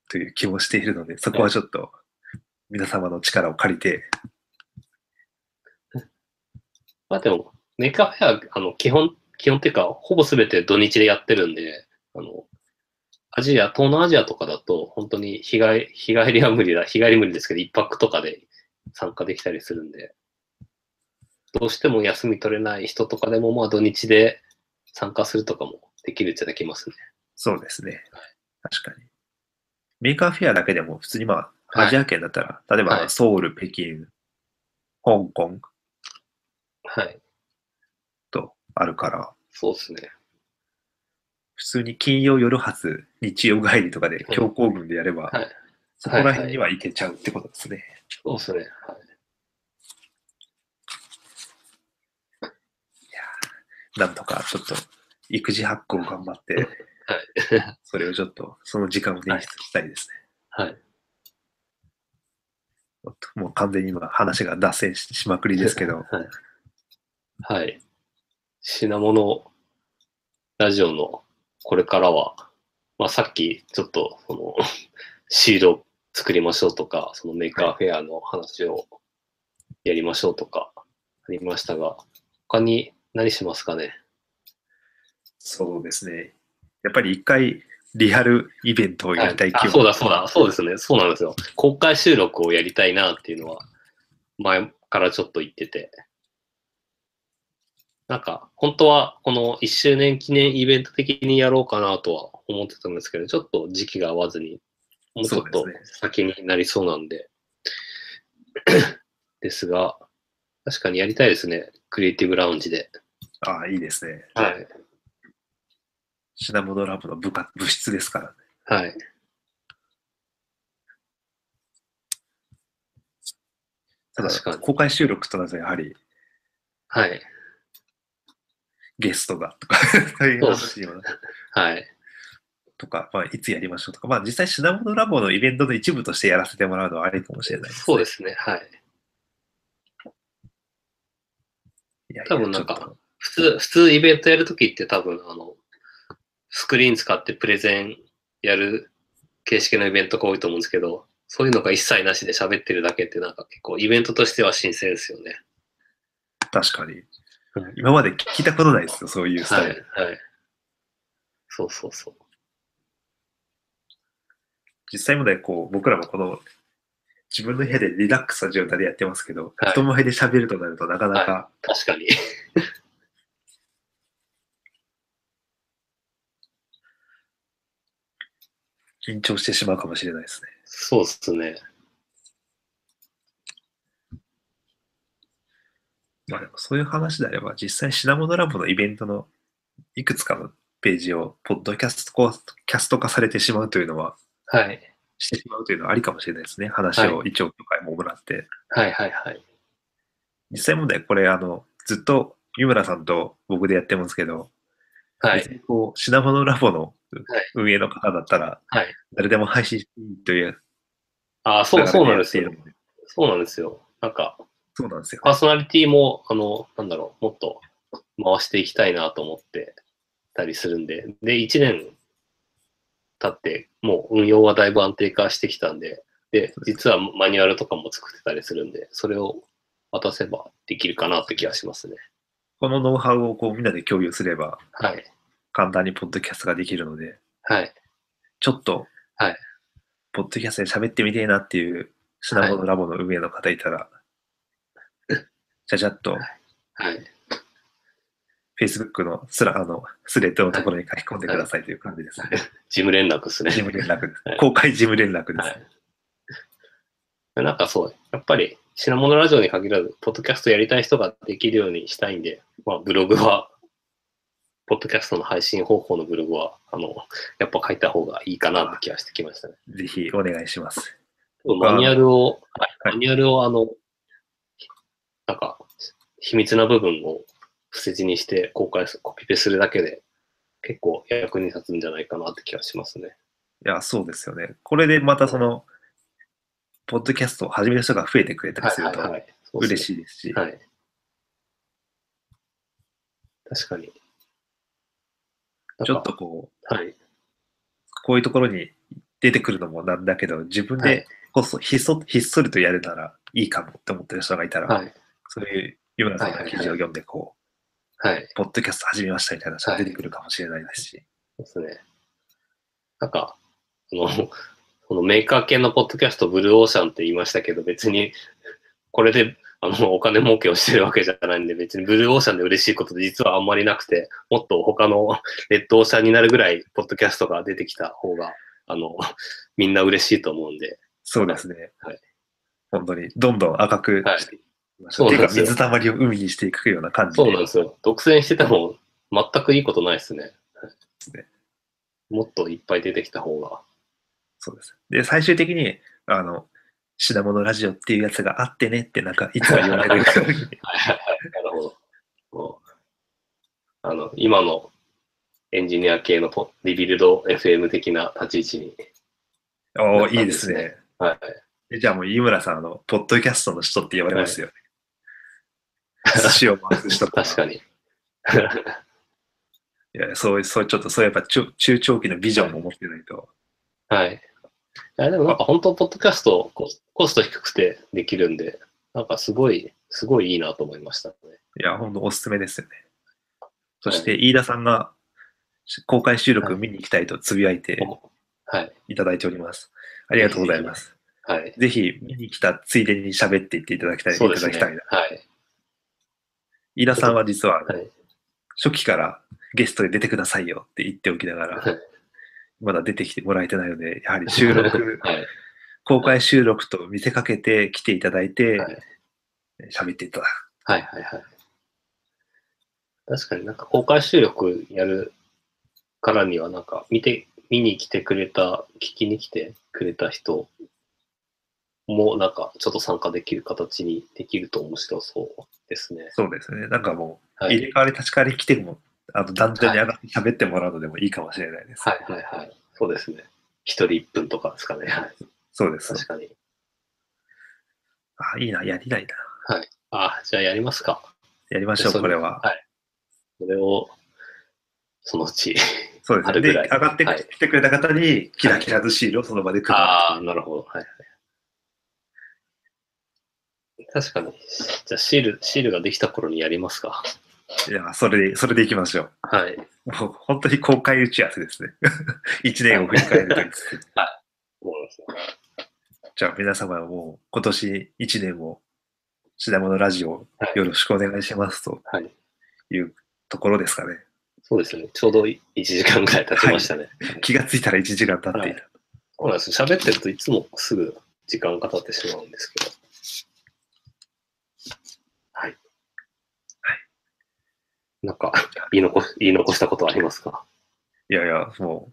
B: という気もしているので、そこはちょっと、皆様の力を借りて、
A: まあでも、メーカーフェア、あの、基本、基本っていうか、ほぼ全て土日でやってるんで、あの、アジア、東南アジアとかだと、本当に日帰日帰りは無理だ、日帰り無理ですけど、一泊とかで参加できたりするんで、どうしても休み取れない人とかでも、まあ土日で参加するとかもできるっちゃできますね。
B: そうですね。確かに。メーカーフェアだけでも、普通にまあ、アジア圏だったら、例え
A: は
B: ば
A: い
B: ソウル、北京、香港
A: はい。
B: とあるから、
A: そうですね。
B: 普通に金曜夜発、日曜帰りとかで強行軍でやれば、
A: はい
B: そこら辺には行けちゃうってことですね。
A: そうですね。はい。
B: なんとかちょっと育児発行頑張って、それをちょっと、その時間を捻出したいですね。
A: はい。
B: おっともう完全に今話が脱線ししまくりですけど、
A: はい。はい。品物ラジオのこれからは、まあ、さっきちょっとその シールを作りましょうとか、そのメーカーフェアの話をやりましょうとかありましたが、他に何しますかね。
B: そうですね。やっぱり一回、リアルイベントをやりたい
A: あ、そうだそうだ、そうですね。そうなんですよ。公開収録をやりたいなっていうのは、前からちょっと言ってて。なんか、本当はこの1周年記念イベント的にやろうかなとは思ってたんですけど、ちょっと時期が合わずに、もうちょっ
B: そ
A: と
B: うですね
A: 先になりそうなんで。 ですが、確かにやりたいですね。クリエイティブラウンジで。
B: ああ、いいですね。
A: はい。
B: シナモドラブの部下部室ですからね。
A: はい。
B: ただ
A: 確かに
B: 公開収録となるとやはり
A: はい。
B: ゲストがとか、 そういう話にも
A: はい。
B: とか、まあ、いつやりましょうとか、まあ、実際、シナモドラボのイベントの一部としてやらせてもらうのはありかもしれないですね。
A: そうですね。はい。
B: いやいや
A: 多分なんか
B: ちょっと
A: 普通、普通イベントやるときって多分あの、スクリーン使ってプレゼンやる形式のイベントが多いと思うんですけど、そういうのが一切なしで喋ってるだけってなんか結構イベントとしては新鮮ですよね。
B: 確かに
A: うん。
B: 今まで聞いたことないですよ、そういうス
A: は
B: タ
A: い、
B: イ
A: は
B: ル。
A: い。そうそうそう。
B: 実際までこう、僕らもこの、自分の部屋でリラックスした状態でやってますけど、
A: はい
B: 人前で喋るとなるとなかなか、
A: 確 かに。
B: 緊張してしまうかもしれないですね。
A: そうっすね。
B: まあでもそういう話であれば、実際シナモノラボのイベントのいくつかのページをポッドキャストこうキャスト化されてしまうというのは、
A: はい。
B: してしまうというのはありかもしれないですね。話を一応とかももらって。
A: はいはいはい。
B: 実際問題、これあの、ずっと湯村さんと僕でやってますけど、
A: は
B: 別
A: い。
B: にこうシナモノラボの運営の方だったら、
A: はい
B: 誰でも配信していいという
A: ああ、そう、
B: 流れ
A: そうなん
B: や
A: で
B: っ
A: す
B: ている
A: よ
B: の。で
A: そうなんですよ。なんか、
B: そうなんですよ。
A: パーソナリティも、あの、なんだろう、もっと回していきたいなと思ってたりするんで、で、1年経って、もう運用はだいぶ安定化してきたんで、で、実はマニュアルとかも作ってたりするんで、それを渡せばできるかなって気がしますね。
B: このノウハウをこうみんなで共有すれば、
A: はい。
B: 簡単にポッドキャストができるので、
A: はい。
B: ちょっと、
A: はい
B: ポッドキャストで喋ってみてえなっていう、シナモノラボの運営の方いたら、 ちゃちゃっと、
A: はい。
B: Facebook のスラ、あの、スレッドのところに書き込んでくださいという感じですね。
A: 事務連絡ですね。
B: 事務連絡です
A: はい。
B: 公開事務連絡です。
A: はい。なんかそう、やっぱり、品物ラジオに限らず、ポッドキャストやりたい人ができるようにしたいんで、まあ、ブログは、ポッドキャストの配信方法のブログは、あの、やっぱ書いた方がいいかなって気がしてきましたね。
B: ぜひお願いします。
A: マニュアルを、
B: は
A: はいいマニュアルを、あの、なんか、秘密な部分を不説にして公開す、コピペするだけで、結構役に立つんじゃないかなって気がしますね。
B: いや、そうですよね。これでまたその、ポッドキャストを始める人が増えてくれた
A: は
B: り
A: い
B: する
A: はい
B: と
A: はい。
B: 嬉しいですし、
A: はい。確かに。
B: ちょっとこう、
A: なんか。はい。
B: こういうところに出てくるのもなんだけど、自分
A: はい
B: でこそひっそひっそりとやれたらいいかもって思ってる人がいたら、
A: はい。
B: そういう湯村さんの記事を読んで、こう、
A: はい。
B: ポッドキャスト始めましたみたいな人が出てくるかもしれないですし、
A: そうですね。なんか、あの、 このメーカー系のポッドキャスト、ブルーオーシャンって言いましたけど、別に、 これで、あの、お金儲けをしてるわけじゃないんで、別にブルーオーシャンで嬉しいこと実はあんまりなくて、もっと他の レッドオーシャンになるぐらい、ポッドキャストが出てきた方が、あの、 みんな嬉しいと思うんで、
B: そうですね。
A: はい
B: 本当に、どんどん赤く
A: はい
B: していきましょう。
A: そう
B: て
A: なん
B: か、
A: ですよ
B: 水たまりを海にしていくような感じで。
A: そうなんですよ。独占してても全くいいことないですね。
B: ね
A: もっといっぱい出てきた方が。
B: そうです。で、最終的に、あの、品物ラジオっていうやつがあってねって、なんか、いつも言われ る。
A: なるほど。もうあの、今のエンジニア系のポリビルド FM 的な立ち位置に。
B: おーいいですね。
A: はい。
B: でじゃあもう、井村さん、あの、ポッドキャストの人って呼ばれますよ、ね。寿司を回す人とか。
A: 確かに。
B: いや、そういう、そう、ちょっと、そうやっぱちょ、中長期のビジョンも持ってないと。
A: はい。いやでもなんか本当、ポッドキャストコスコスト低くてできるんで、なんかすごい、すごいいいなと思いましたね。
B: いや、ほんとおすすめですよね。そして、飯田さんが公開収録見に行きたいとつぶやいて
A: はい。
B: いただいております。ありがとうございます。
A: はい。
B: ぜひ見に来たついでに喋っていっていただきたい。
A: そう
B: い
A: で
B: た
A: す
B: だき
A: ね。
B: たいな。
A: はい。
B: 飯田さんは実は
A: はい。
B: 初期からゲストで出てくださいよって言っておきなが
A: は
B: ら
A: い、、
B: まだ出てきてもらえてないので、やはり収録
A: はい。
B: 公開収録と見せかけて来ていただいて
A: はい、
B: 喋っていただく。
A: はいはいはい。確かになんか公開収録やるからにはなんか見て、見に来てくれた、聞きに来てくれた人もなんかちょっと参加できる形にできると面白そうですね。
B: そうですね。なんかもう、
A: はい。
B: 入れ替わり立ち替わり来ても、あの、段々に上がって喋ってもらうのでもいいかもしれないです。
A: はいはいはい。そうですね。一人一分とかですかね。はい。
B: そうです。
A: 確かに。
B: あ、いいな、やりたいな。
A: あ、じゃあやりますか。
B: やりましょう、
A: そう
B: これは。
A: それを、そのうち。
B: そうですね。
A: 春
B: で、
A: ぐ
B: 上
A: らい
B: がって
A: はい
B: きてくれた方に、キラキラずシールをその場で配る。
A: ああ、なるほど。はいはい。確かに。じゃあ、シール、シールができた頃にやりますか。
B: いや、それで、それでいきましょ
A: はい。
B: う。もう本当に公開打ち合わせですね。 一年を振り返るという。
A: 思いますね
B: じゃあ皆様もう今年一年も品物ラジオを
A: はい
B: よろしくお願いしますと
A: はい。
B: いうところですかね。
A: そうですね。ちょうど1時間ぐらい経ちましたね。
B: 気がついたら1時間経っていた。
A: そうなんです。喋ってるといつもすぐ時間が経ってしまうんですけど。はい。はい。なんか、言い残し、言い残したことありますか
B: いやいや、もう、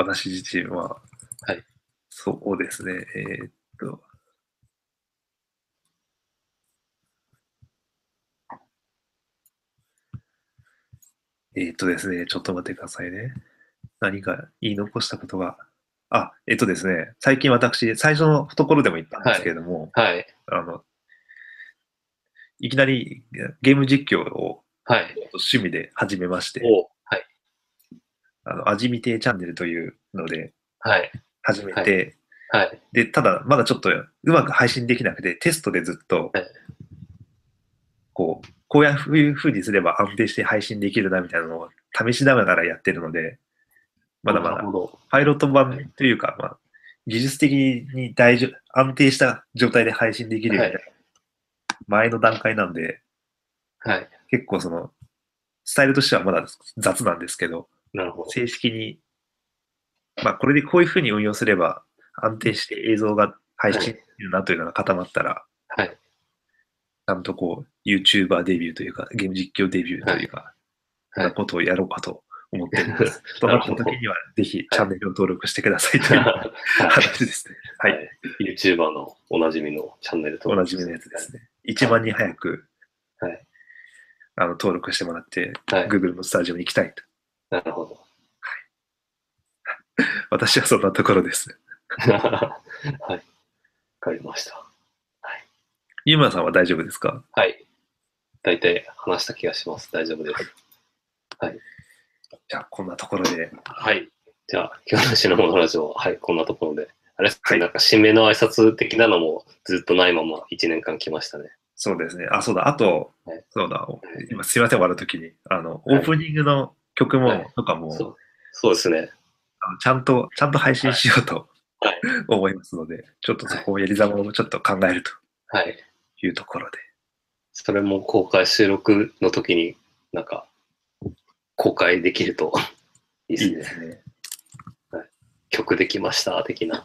B: 私自身は、
A: はい
B: そうですね、えーっと、えーっとですね、ちょっと待ってくださいね。何か言い残したことが、あ、えーっとですね、最近私、最初のところでも言ったんですけれども、
A: はい。
B: あの、いきなりゲーム実況を
A: はい。
B: 趣味で始めまして、
A: おはい。
B: あの、味見亭チャンネルというので
A: はい。
B: 始めて、
A: ははい。
B: で、ただ、まだちょっとうまく配信できなくて、テストでずっと、
A: はい
B: こう、こういうふうにすれば安定して配信できるなみたいなのを試しながらやってるので、まだ
A: な
B: ま
A: る
B: だ
A: ほど。
B: パイロット版というか、まあ、技術的に大丈夫、安定した状態で配信できるようになる前の段階なんで、
A: はい。
B: 結構その、スタイルとしてはまだ雑なんですけど、
A: なるほど。
B: 正式に、まあ、これでこういうふうに運用すれば、安定して映像が配信できるなというのが固まったら、
A: はい。
B: ちゃんとこう、YouTuber デビューというか、ゲーム実況デビューというか、
A: はい
B: なことをやろうかと思っています。と
A: な
B: な
A: る
B: っ
A: ほ
B: た
A: ど
B: 時には、ぜひチャンネルを登録してください という話ですね。は。
A: はいい。YouTuber のおなじみのチャンネル
B: お
A: 登
B: な
A: 録
B: じみのやつですね。1万人早く、
A: はい
B: あの登録してもらって、
A: はい。
B: Google のスタジオに行きたいと。
A: なるほど。
B: 私はそんなところです。
A: はい。わかりました。
B: ゆうまさんは大丈夫ですか
A: はい。大体話した気がします。大丈夫です。
B: じゃあ、こんなところで。
A: はい。じゃあ、今日のシナモのラジオは、はい、こんなところで。あれですね
B: はい
A: なんか締めの挨拶的なのもずっとないまま1年間来ましたね。
B: そうですね。あ、そうだ。あと
A: はい、
B: そうだ。今、すいません、終わるときに。あの、オープニングの曲
A: はい
B: も、とかも、
A: そうそうですね。
B: あのちゃんと、ちゃんと配信しようと
A: はい
B: 思いますので、ちょっとそこをやりざまをちょっと考えると
A: はい。
B: いうところで。
A: それも公開収録の時になんか公開できるといいです
B: いい
A: ね。
B: ですね。
A: 曲できました的な。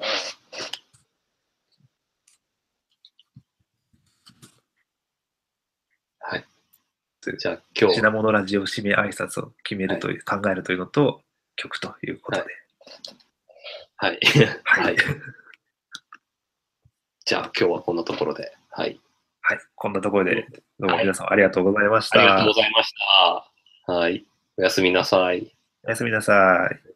A: はい。じゃあ今日
B: 品、物ラジオ締め挨拶を決めるという、考えるというのと、曲ということで。
A: はい。
B: は
A: はいい。じゃあ今日はこんなところで。はい。
B: はい。こんなところで、どうも
A: はい
B: 皆さんありがとうございまし
A: ありが
B: た
A: とうご。ざいました。はい。おやすみなさい。
B: おやすみなさい。